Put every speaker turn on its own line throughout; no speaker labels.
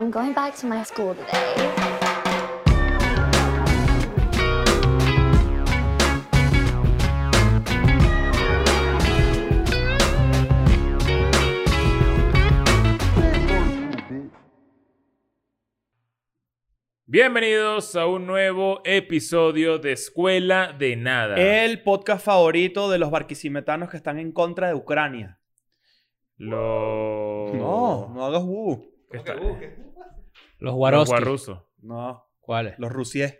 I'm going back to my school today.
Bienvenidos a un nuevo episodio de Escuela de Nada.
El podcast favorito de los barquisimetanos que están en contra de Ucrania.
Los...
No, no hagas bu.
Está...
Los
Los
Warowski.
guarrusos.
No,
¿Cuáles?
los rusies.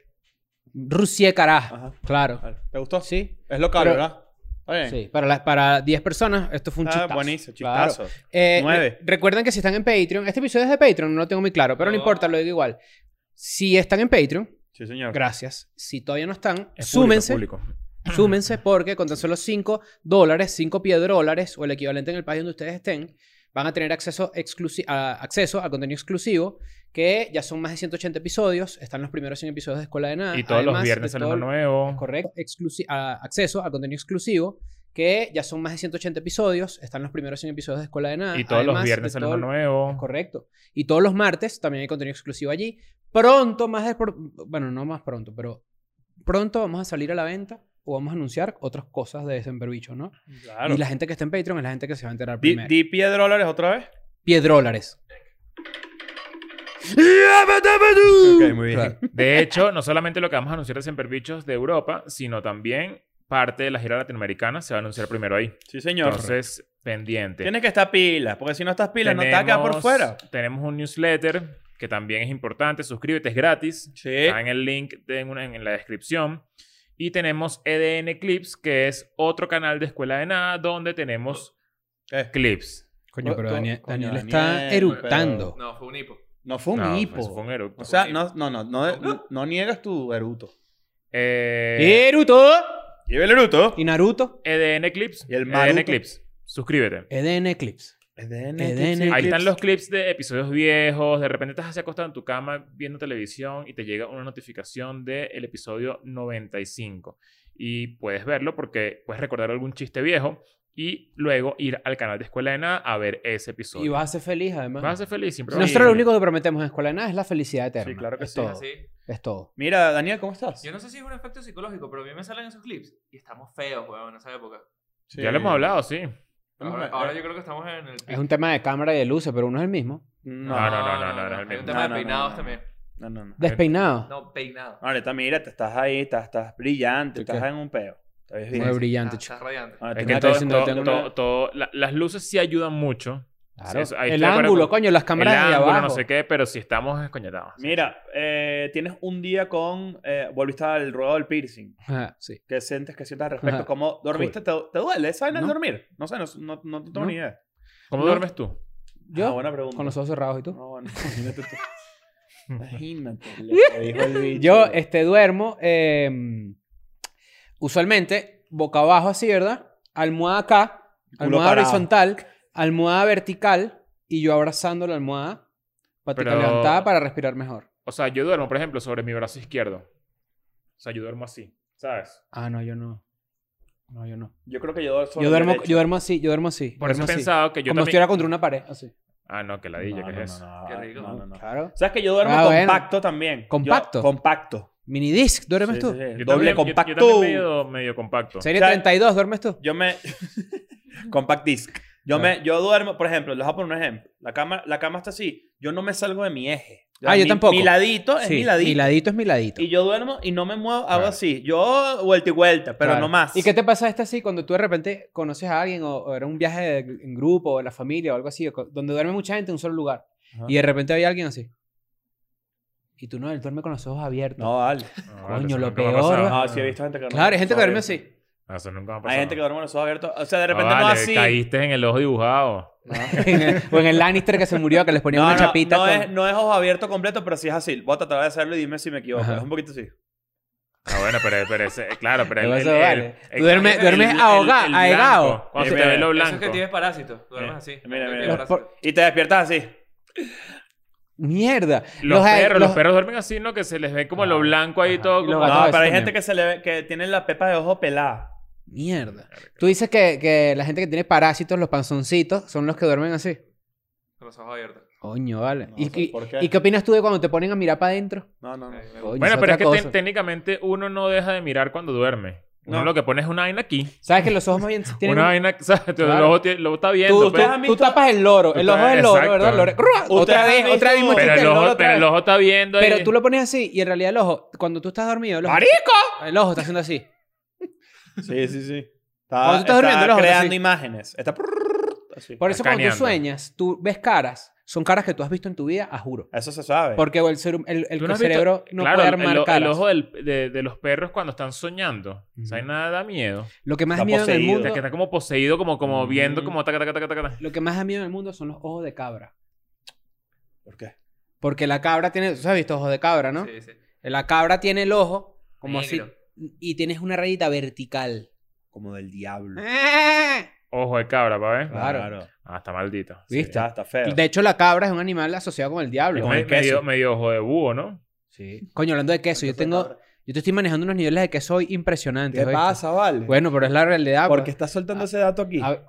Rusia caraja.
Ajá.
Claro.
Vale, ¿Te gustó?
Sí.
Es local,
Pero-
¿verdad? Está bien.
Sí, para las- para 10 personas esto fue un
Ah,
chistazo.
buenísimo,
Claro.
chistazo.
Eh,
Nueve.
re- Recuerden que si están en Patreon, este episodio es de Patreon, no lo tengo muy claro, pero no,
No.
importa, lo digo igual. Si están en Patreon,
Sí, señor.
gracias. Si todavía no están,
Es público,
súmense,
público.
súmense porque con tan solo 5 dólares, 5 piedrólares o el equivalente en el país donde ustedes estén, van a tener acceso, exclusi- a, acceso al contenido exclusivo, que ya son más de 180 episodios, están los primeros 100 episodios de Escuela de Nada.
Y todos los
Ah, además
viernes
de
sale
todo-
uno nuevo.
Correcto. Exclusi- a- acceso al contenido exclusivo, que ya son más de 180 episodios. Están los primeros 100 episodios de Escuela de Nada.
Y todos los
además de
viernes sale
todo-
uno nuevo.
Correcto. Y todos los martes también hay contenido exclusivo allí. Pronto, más de... por- Bueno, no más pronto, pero pronto vamos a salir a la venta o vamos a anunciar otras cosas de Semberbicho, ¿no?
Claro.
Y la gente que está en Patreon es la gente que se va a enterar
Di,
primero.
di pie de dólares otra vez.
Piedrólares.
Ok, muy bien.
Claro.
De hecho, no solamente lo que vamos a anunciar de Semperbichos de Europa, sino también parte de la gira latinoamericana se va a anunciar primero ahí.
Sí, señor.
Entonces, pendiente.
Tienes que estar pila, porque si no estás pila, no te vas a quedar por
Tenemos-
fuera.
Tenemos un newsletter que también es importante. Suscríbete, es gratis.
Sí.
Está en el link de- en, una- en la descripción. Y tenemos EDN Clips, que es otro canal de Escuela de Nada donde tenemos
¿Qué?
clips.
Coño, pero
Coño,
Daniel, Daniel
Daniel,
está
pero-
eructando.
No, fue un hipo.
No fue un
No,
hipo.
eso fue un eructo.
O sea, no, no, no, no, no, niegas tu eruto.
Eh,
¡Eruto!
Lleva el eruto.
¿Y Naruto?
EDN Clips.
Y el
EDN
Maruto.
Clips. Suscríbete.
EDN Eclipse.
Eden,
Eden,
Ahí están los clips de episodios viejos. De repente estás así acostado en tu cama viendo televisión y te llega una notificación del episodio 95. Y puedes verlo porque puedes recordar algún chiste viejo y luego ir al canal de Escuela de Nada a ver ese episodio.
Y vas a ser feliz, además.
Vas a ser feliz sin problema.
Nosotros lo único que prometemos en Escuela de Nada es la felicidad eterna.
Sí, claro que
es
sí.
Todo.
Así.
Es todo.
Mira, Daniel, ¿cómo estás?
Yo no sé si es un efecto psicológico, pero a mí me salen esos clips y estamos feos, weón, en esa época.
Sí.
Ya lo hemos hablado, sí.
Ahora, ahora yo creo que estamos en el.
Es un tema de cámara y de luces, pero uno es el mismo.
No,
No, no, no, no, no,
Hay
realmente.
un
No,
tema
no,
de peinados
no, Ah, no.
también.
no, no, no.
Despeinado.
No, peinados.
Ahorita mira, te estás ahí, estás, estás brillante,
¿Sí
estás
qué?
en un peo. Estás bien.
Muy brillante,
Estás
chico.
estás radiante.
Ahora,
Es
tengo
que
está
todo,
una-
diciendo que
todo-
tengo
todo- todo-
una-
la- las luces sí ayudan mucho.
Claro.
Eso, ahí
el
estoy de acuerdo
ángulo,
con-
coño, las
El
cámaras de
ángulo,
abajo.
no sé qué, pero si estamos escoñetados. Sí.
Mira, eh, tienes un día con... eh, volviste al ruedo del piercing.
Ajá,
Ah,
sí.
¿Qué sientes? ¿Qué sientes al respecto?
Ajá.
¿Cómo dormiste? ¿Te, te duele? ¿Sabes no.
No.
dormir? No sé, no, no, no tengo
No.
ni idea.
¿Cómo
No.
duermes tú?
Yo,
Ah, buena pregunta.
con los ojos cerrados y tú.
No, bueno, imagínate tú. Imagínate lo que dijo el bicho.
Yo este, duermo eh, usualmente boca abajo así, ¿verdad? Almohada acá,
Culo
almohada
parado.
horizontal, almohada vertical y yo abrazando la almohada, patica
Pero-
levantada para respirar mejor.
O sea, yo duermo, por ejemplo, sobre mi brazo izquierdo. O sea, yo duermo así, ¿sabes?
Ah, no, yo no. No, yo no.
Yo creo que yo duermo...
Yo duermo, yo duermo así, yo duermo así.
Por eso he
duermo así.
pensado que yo
Como
también...
estuviera contra una pared, así.
Ah, no, que ladilla, que es eso.
Qué rico.
No, no, no.
Claro.
¿Sabes que yo duermo
Ah, bueno.
compacto también? Yo-
¿Compacto?
compacto.
Mini disc, ¿duermes
Sí,
tú?
sí, sí.
Yo
Doble
también- yo-
compacto.
Yo, también medio, medio compacto.
Serie
O sea,
32, ¿duermes tú?
Yo me. Compact disc. Yo, me, yo duermo, por ejemplo, les voy a poner un ejemplo. La cama, la cama está así. Yo no me salgo de mi eje.
Ah, yo
mi-
tampoco.
Mi ladito es
Sí,
mi ladito.
Mi ladito es mi ladito.
Y yo duermo y no me muevo, hago
Claro.
así. Yo vuelta y vuelta, pero
Claro.
no más.
¿Y qué te pasa esta así cuando tú de repente conoces a alguien o, o era un viaje de- en grupo o en la familia o algo así, o co- donde duerme mucha gente en un solo lugar?
Ajá.
Y de repente hay alguien así. Y tú no, él duerme con los ojos abiertos.
No, vale.
No,
Coño,
eso
lo
nunca me ha
peor,
pasado.
weón.
No, Ah, sí he visto gente que duerme.
Ah. claro, hay gente que duerme
abiertos.
así.
No, Eso nunca me ha pasado.
Hay gente que duerme con los ojos abiertos. O sea, de repente
Ah,
no
vale,
así.
Caíste en el ojo dibujado.
En el- o en el Lannister que se murió, que les ponía
No,
una
no,
chapita.
no
con-
es, no es ojo abierto completo, pero sí es así. Voy a tratar de hacerlo y dime si me equivoco.
Ajá.
Es un poquito así.
Ah, bueno, pero, pero ese... Claro, pero el...
Pero
el,
eso vale.
el-
Tú duermes- duermes ahogado,
blanco,
ahogado.
Cuando
Sí,
se te ve
mira,
lo
Eso es
blanco.
que tienes parásitos. Duermes así.
Eh, Mira, mira.
Tú tienes
Los
parásitos.
Y te despiertas así.
Mierda.
Los,
a-
perros, los...
los-
perros duermen así, ¿no? Que se les ve como lo
Claro.
blanco ahí
Ajá.
todo.
Y
Como...
los gatos.
No,
a
pero hay
veces
gente que, se le ve, que tiene la pepa de ojo pelada.
Mierda. Tú dices que, que la gente que tiene parásitos, los panzoncitos, son los que duermen así.
Con los ojos abiertos.
Coño, vale.
No,
¿Y,
o sea,
y-
¿por qué?
y qué opinas tú de cuando te ponen a mirar para adentro?
No, no, no.
Ay, me
Coño,
gusta.
Bueno,
es
pero es que
otra
te-
cosa.
técnicamente uno no deja de mirar cuando duerme. Uno
No.
lo que pone es una vaina aquí.
¿Sabes que los ojos más bien tienen...
Una vaina, ¿sabes? Te-
Claro.
El ojo tie- lo está viendo.
Tú, tú-
pues.
han
tú
visto-
tapas el loro,
Tú
el ojo
tapas-
del loro,
exacto.
¿verdad? El loro- ¡Ruah!
Ustedes
Otra
han
vez,
visto-
otra vez mismo
pero
chiste,
el
el loro
ojo,
otra
pero
vez.
el ojo está viendo. ahí.
Pero tú lo pones así y en realidad el ojo, cuando tú estás dormido, el ojo, el ojo está haciendo así.
Sí, sí, sí.
Cuando
Está,
tú estás durmiendo, los
está
ojos
creando
así.
imágenes. Está... prrrr, así.
Por eso cuando tú
Escaneando.
sueñas, tú ves caras, son caras que tú has visto en tu vida, a juro.
Eso se sabe.
Porque el, ser- el, el
¿Tú no has
cerebro
visto-
no
claro,
puede
el-
armar
el,
caras.
el ojo del- de, de los perros cuando están soñando. O sea,
Ujú.
nada da miedo.
Lo que más
Está
miedo en el
poseído.
O sea,
mundo,
que está como poseído, como, como
Mm.
viendo, como taca, taca, taca, taca, taca.
lo que más da miedo en el mundo son los ojos de cabra.
¿Por qué?
Porque la cabra tiene, tú has visto ojos de cabra, ¿no?
Sí, sí.
La cabra tiene el ojo como
Negro.
así y tienes una rayita vertical.
Como del diablo. ¡Eh!
Ojo de cabra, pa' ver.
Eh, Claro.
Ah, está maldito.
¿Viste?
Está, está feo.
De hecho, la cabra es un animal asociado con el
Es
diablo.
Con
me-
el queso.
medio, medio ojo de búho, ¿no?
Sí. Coño, hablando de queso, yo tengo, yo te estoy manejando unos niveles de queso hoy impresionantes.
¿Qué
¿oíste?
pasa, vale?
Bueno, pero es la realidad.
Porque
pues.
estás soltando ese dato aquí.
A-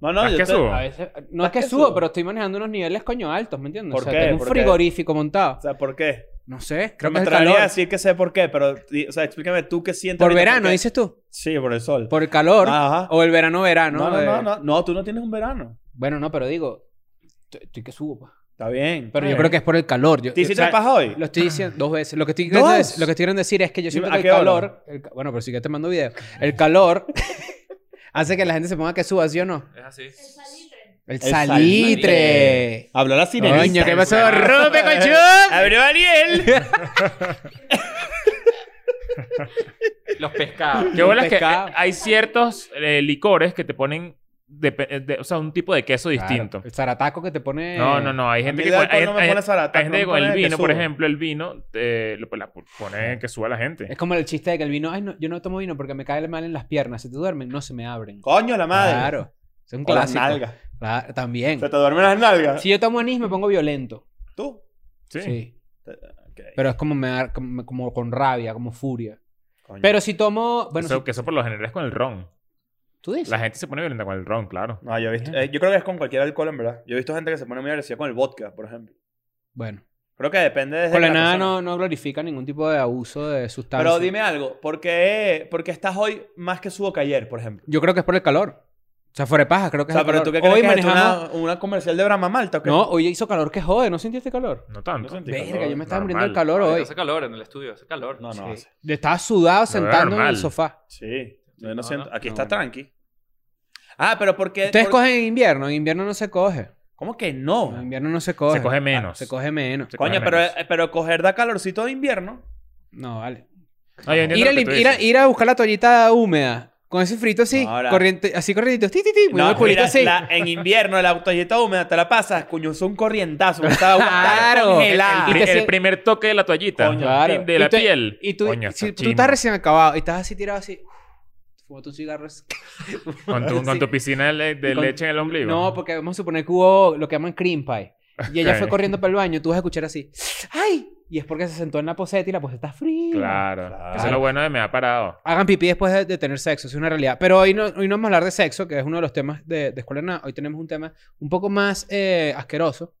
No, no,
¿Estás
yo
que
te-
subo?
a veces- no es
¿Estás
que
que
subo,
subo?
pero estoy manejando unos niveles coño altos, ¿me entiendes?
¿Por
o sea,
qué?
tengo un
¿Por qué?
frigorífico montado.
O sea, ¿por qué?
No sé, creo
No me
que es el calor.
atrevería a decir que sé por qué, pero, di- o sea, explícame tú qué sientes.
Por
ahorita,
verano,
qué.
dices tú.
Sí, por el sol.
Por el calor.
Ajá.
O el eh. verano-verano.
No, no,
de-
no, no. No, tú no tienes un verano.
Bueno, no, pero digo, t- estoy que subo, pa.
Está bien. está
Pero yo
bien.
creo que es por el calor. Yo,
¿Te hiciste
o sea,
paja hoy?
Lo estoy diciendo dos veces. Lo que estoy queriendo,
¿Dos?
decir- lo que estoy queriendo decir es que yo siento
Dime,
que
¿a
el
qué hora?
calor. el ca- bueno, pero sí que te mando video. El calor hace que la gente se ponga que suba, ¿sí o no?
Es así.
El, salitre.
salitre. Habló la sirenita.
Coño, ¿qué pasó?
Claro.
¡Rompe colchón!
¡Abrió Ariel!
Los pescados.
Qué bueno es que eh,
pescado.
hay ciertos eh, licores que te ponen, depe- eh, de- o sea, un tipo de queso distinto.
Claro, el zarataco que te pone.
No, no, no. Hay gente
A mí
que
de
con- hay,
alcohol no me
hay-
pone zarataco,
hay gente
no
que
me
con el
pone
vino, por
quesudo.
ejemplo, el vino eh, lo- pues, la pone que suba la gente.
Es como el chiste de que el vino. Ay, no, yo no tomo vino porque me cae mal en las piernas. Se te duermen, no se me abren.
¡Coño, la madre!
Claro. Es un
O las
clásico.
nalgas.
Claro, también.
¿Se te duermen las nalgas?
Si yo tomo anís, me pongo violento.
¿Tú?
Sí.
sí.
Ok.
Pero es como, me da- como, como con rabia, como furia.
Coño.
Pero si tomo. Bueno,
eso,
si-
que eso por lo general es con el ron.
tú dices.
La gente se pone violenta con el ron, claro.
No, yo, he visto- eh, yo creo que es con cualquier alcohol, en verdad. Yo he visto gente que se pone muy agresiva con el vodka, por ejemplo.
Bueno.
Creo que depende de...
Por la nada no, no glorifica ningún tipo de abuso de sustancia.
Pero dime algo, ¿por qué, por qué estás hoy más que subo que ayer, por ejemplo?
Yo creo que es por el calor. O sea, fuera de paja, creo
O
que es
sea,
Pues el
pero
calor.
tú qué crees
hoy
que es
manejamos.
una, una comercial de Brahma Malta, ¿o qué?
No, hoy hizo calor que jode, ¿no sentiste calor?
No tanto.
No sentí
Verga,
calor,
yo me estaba muriendo
normal.
del calor
Ahorita
hoy.
Hace calor en el estudio, hace calor.
No, no.
Sí.
hace.
Yo Estaba sudado sentando en
normal.
el sofá.
Sí. Yo no
No,
siento-
no.
Aquí
No,
está
bueno.
tranqui. Ah, pero porque...
Ustedes
por-
cogen en invierno, en invierno no se coge.
¿Cómo que no?
En invierno no se coge.
Se coge menos.
Ah, se coge menos.
Se
Coño,
coge
pero,
menos.
eh, pero coger da calorcito de invierno.
No, vale.
No, yo entiendo
Ir a,
lo que
lim-
tú
ir, a,
dices.
ir a buscar la toallita húmeda. Con ese frito así,
Ahora.
corriente, así corrientito. Ti, ti, ti, moviendo el
No,
culito
mira,
así.
la- en invierno la toalleta húmeda te la pasas, coño, es un corrientazo. porque Está
Claro.
claro.
Y
El,
te
el
sie-
primer toque de la toallita.
Coño,
Claro.
De la
Y tú-
piel.
Y tú,
Coño,
si
está
tú estás
chimbo.
recién acabado y estás así tirado así, fumate un cigarro así.
Con tu, con tu piscina de, le- de
Con-
leche en el ombligo.
No, porque vamos a suponer que hubo lo que llaman cream pie. Y ella fue
Ok.
corriendo para el baño, tú vas a escuchar así, ¡ay! Y es porque se sentó en la poseta y la poseta está fría.
Claro.
Claro.
Eso es lo bueno de me ha parado.
Hagan pipí después de, de tener sexo, es una realidad. Pero hoy no, hoy no vamos a hablar de sexo, que es uno de los temas de, de Escuela de Nada. Hoy tenemos un tema un poco más eh, asqueroso.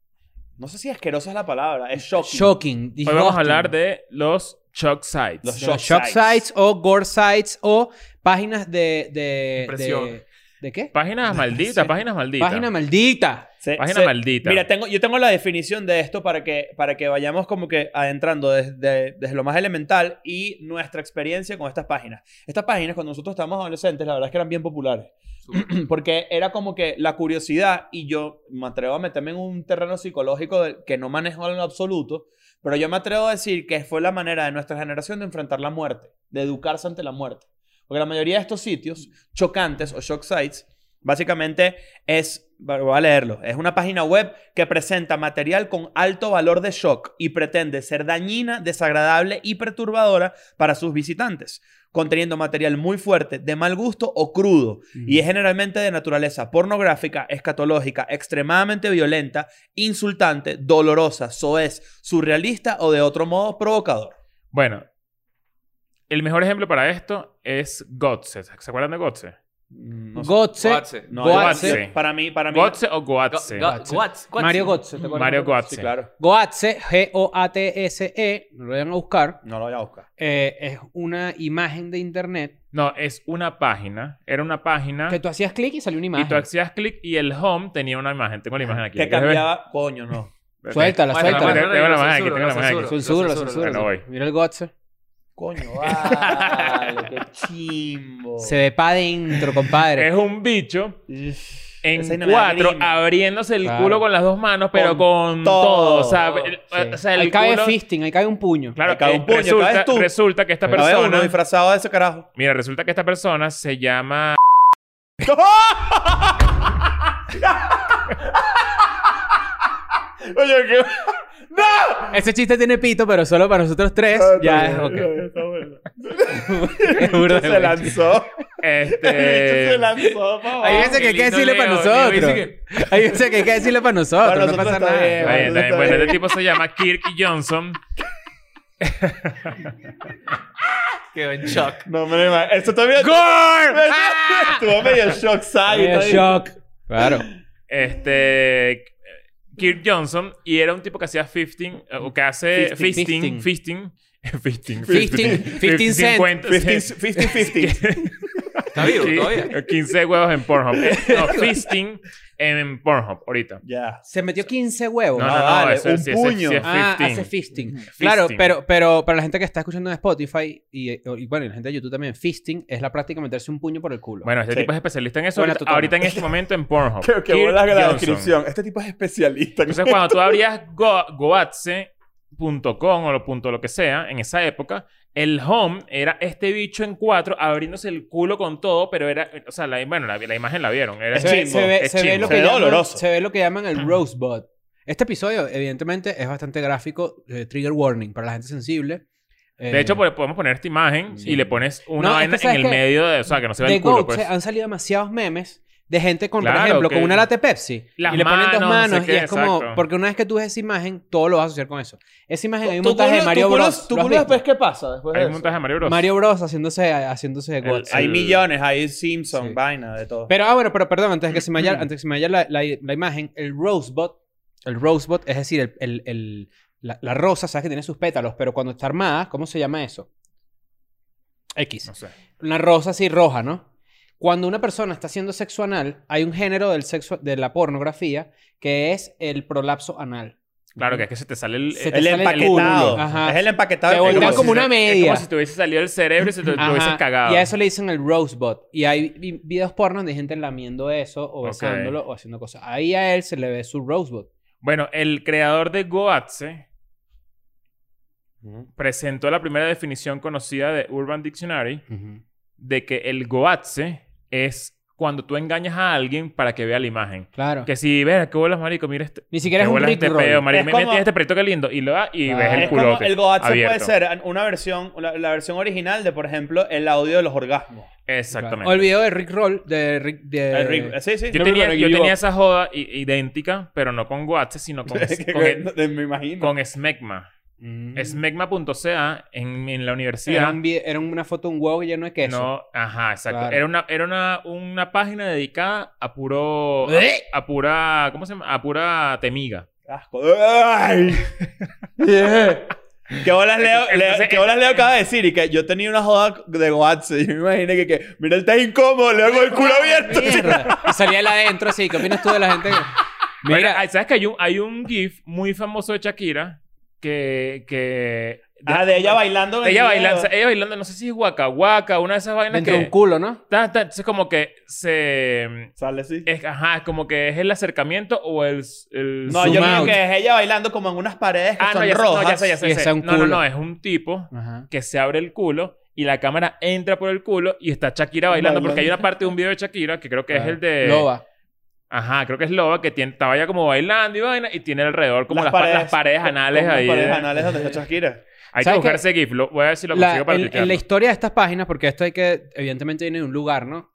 No sé si asquerosa es la palabra, es shocking.
Shocking.
Hoy vamos a hablar de los shock sites.
Los
shock,
shock
sites.
sites
o gore sites o páginas de... de
Impresión.
de- ¿De qué?
Páginas malditas, páginas malditas.
Página maldita.
Se-
Página
se-
maldita.
Mira, tengo, yo tengo la definición de esto para que, para que vayamos como que adentrando desde, desde lo más elemental y nuestra experiencia con estas páginas. Estas páginas, cuando nosotros estábamos adolescentes, la verdad es que eran bien populares.
Súper.
Porque era como que la curiosidad, y yo me atrevo a meterme en un terreno psicológico del- que no manejo en lo absoluto, pero yo me atrevo a decir que fue la manera de nuestra generación de enfrentar la muerte, de educarse ante la muerte. Porque la mayoría de estos sitios chocantes o shock sites, básicamente es, voy a leerlo, es una página web que presenta material con alto valor de shock y pretende ser dañina, desagradable y perturbadora para sus visitantes, conteniendo material muy fuerte, de mal gusto o crudo,
Mm.
y es generalmente de naturaleza pornográfica, escatológica, extremadamente violenta, insultante, dolorosa, soez, surrealista o de otro modo provocador.
Bueno, el mejor ejemplo para esto es Gotze. ¿Se acuerdan de Gotze?
Mm, No sé.
Gotze.
Guatse.
No,
Goatse.
Goatse. Para mí, para mí.
¿Gotze o
Guatse.
Goatse?
Guatse.
Mario Gotze. ¿te acuerdas?
Mario
Sí,
Goatse.
claro.
Goatse, G-O-A-T-S-E, lo vayan a buscar.
No lo voy a buscar.
eh, es una imagen de internet
No, es una página. Era una página.
que tú hacías clic y salió una
Y tú
imagen.
hacías clic y el home tenía una imagen. Tengo la imagen aquí.
Que
¿La quieres ver?
cambiaba. Coño, no.
Suéltala,
Bueno,
suéltala.
bueno, Tengo la imagen aquí, tengo la imagen aquí.
Censura, censura.
Bueno, voy.
Mira el Gotze.
Coño, vale. qué chimbo.
Se ve pa' dentro, compadre.
Es un bicho
Esa
en
no me da
cuatro
grima.
abriéndose el
Claro.
culo con las dos manos, pero
Con
con,
todo.
todo. O sea, el,
Sí.
o sea, el
ahí cae
culo-
fisting, ahí cae un puño.
Claro,
Ahí cae
que
un puño,
resulta,
caes tú.
resulta que esta
Pero
A ver, uno
persona.
disfrazado de ese carajo.
Mira, resulta que esta persona se llama.
Oye, qué. ¡No!
Ese chiste tiene pito, pero solo para nosotros tres. ya es ok. Es burda de
Se
bueno.
lanzó.
Este.
Se lanzó, papá.
Ah,
Hay veces que hay que decirle para nosotros. Hay veces que hay que decirle para nosotros.
Para
no
nosotros
pasa
está
nada.
bien.
Está bien, está bien.
Está
Bueno,
bien.
este tipo se llama Kirk Johnson.
Quedó en shock.
No, me lo imagino. Esto todavía.
¡Gore!
Estuvo medio shock, ¿sabes?
Ah. Medio shock. Claro.
Este. Kirk Johnson. Y era un tipo que hacía 15. eh, O que hace.
Fisting,
Fisting. Fisting. Fisting.
15, 15 cent.
50,
50-50.
Está vivo
Sí,
todavía.
15 eh, huevos en Pornhub. Eh, No, fisting en Pornhub ahorita.
Ya.
Se metió 15 huevos.
No, no,
Ah,
no,
vale,
ese-
un
sí, ese- sí
puño.
es
Ah,
15.
hace fisting. Claro,
Fisting.
pero, pero para la gente que está escuchando en Spotify y, y bueno, y la gente de YouTube también, fisting es la práctica de meterse un puño por el culo.
Bueno, este
Sí.
tipo es especialista en eso.
Buena
ahorita,
tutana.
ahorita en este momento en Pornhub.
Creo que
Kirk
bolas la
Johnson.
descripción. Este tipo es especialista. en-
Entonces, cuando tú abrías go- goatse.com o lo, punto, lo que sea, en esa época, el home era este bicho en cuatro abriéndose el culo con todo, pero era... O sea, la, bueno, la, la imagen la vieron. Era
se, ve-
chimbo,
se ve,
es
se ve
chimbo.
lo
Se
que
ve
llaman,
doloroso.
se ve lo que llaman el rosebud. Este episodio, evidentemente, es bastante gráfico, eh, trigger warning para la gente sensible. Eh,
de hecho, po- podemos poner esta imagen
sí.
y le pones una
No, es
vaina
que ¿sabes
en el
qué?
medio de... O sea, que no se vea
de
el culo,
Goat
pues.
se han salido demasiados memes de gente con, por
Claro,
ejemplo, con
que-
una lata de Pepsi
Las
y le ponen dos
manos, no sé
manos y
qué,
es como,
exacto.
porque una vez que tú ves esa imagen, todo lo vas a asociar con eso. Esa imagen hay un
Tu
montaje
culo-
de Mario
tu culo-
Bros.
tu
¿Lo has
culo
visto?
después qué pasa? Después
Hay
de
un
eso?
montaje de Mario Bros.
eh, Mario Bros haciéndose, haciéndose
El-
Goat.
Hay
Sí.
millones, hay Simpson,
Sí.
vaina, de todo.
Pero, ah, bueno, pero perdón, antes de que se me vaya, antes de que se me vaya la, la- la imagen, el rosebud, el rosebud, es decir, el, el- el- la, la rosa, sabes que tiene sus pétalos, pero cuando está armada, ¿cómo se llama eso? X.
No sé.
Una rosa así roja, ¿no? Cuando una persona está haciendo sexo anal, hay un género del sexo, de la pornografía que es el prolapso anal.
Claro, que es que se te sale el...
Se te
el
sale el
empaquetado.
culo. Ajá.
Es el empaquetado.
Te
del
voltean
culo.
como una media.
Es como si te hubiese salido el cerebro y se te, te
Ajá,
hubieses cagado.
Y a eso le dicen el rosebud. Y hay vi- videos porno donde hay gente lamiendo eso o
Ok.
besándolo o haciendo cosas. Ahí a él se le ve su rosebud.
Bueno, el creador de Goatse presentó la primera definición conocida de Urban Dictionary de que el Goatse es cuando tú engañas a alguien para que vea la imagen.
Claro.
Que si, ver, qué bolas, marico, mira este...
Ni
Qué
siquiera es un
bolas
Rick
este peo,
Roll.
marico.
Es
Me-
como-
mira este perrito, qué lindo. Y lo da y
Claro.
ves el
Es como
culote
el Goatse puede
abierto.
ser una versión, la, la versión original de, por ejemplo, el audio de los orgasmos.
O el
Exactamente.
video de Rick Roll. De Rick, de...
El ritmo. sí, sí.
Yo tenía, yo tenía esa joda i- idéntica, pero no con Goatse, sino con,
Que-
con, el-
que- me imagino.
con Smegma.
Mm.
Smegma.ca en, en la
Era,
universidad.
un vi- era una foto de un huevo lleno de queso.
No, ajá, exacto.
Claro.
Era, una, era una, una página dedicada a puro. A,
¿Eh?
a pura. ¿Cómo se llama? A pura temiga.
Asco. ¡Ay! Yeah. ¿Qué bolas leo, leo-
Entonces,
qué bolas leo acaba de decir? Y que yo tenía una joda de Goatse. Yo me imaginé que, que mira, él está incómodo, le hago el culo abierto.
Mierda. Y salía el adentro así. ¿Qué opinas tú de la gente? que-
Bueno,
Mira,
ah, ¿sabes que hay un, hay un GIF muy famoso de Shakira que. que
Ah, de ella bailando. en el
Ella
video.
bailando, ella bailando, no sé si es Waka Waka, una de esas vainas
dentro de
que.
un culo, ¿no?
Ta, ta, entonces, como que se.
Sale así.
Es, ajá, es como que es el acercamiento o el. el
No,
zoom
yo creo
out.
que es ella bailando como en unas paredes que
Ah,
son
no, ya sé, no,
rojas.
ya sé, ya sé,
y
ya sé.
está un
No, no,
culo.
no, es un tipo
Ajá.
que se abre el culo y la cámara entra por el culo y está Shakira bailando,
Bailando.
porque hay una parte de un video de Shakira que creo que es el de
Ah, Loba.
ajá creo que es Loba que tiene, estaba ya como bailando y vaina y tiene alrededor como las, pa- las paredes, anales
como
ahí
Las
de-
paredes anales donde está Shakira.
hay que
¿Sabes
buscar
qué?
ese gif lo- voy a ver si lo
La-
consigo para
en- en,
tuitearlo.
la historia de estas páginas, porque esto hay que, evidentemente viene de un lugar, ¿no?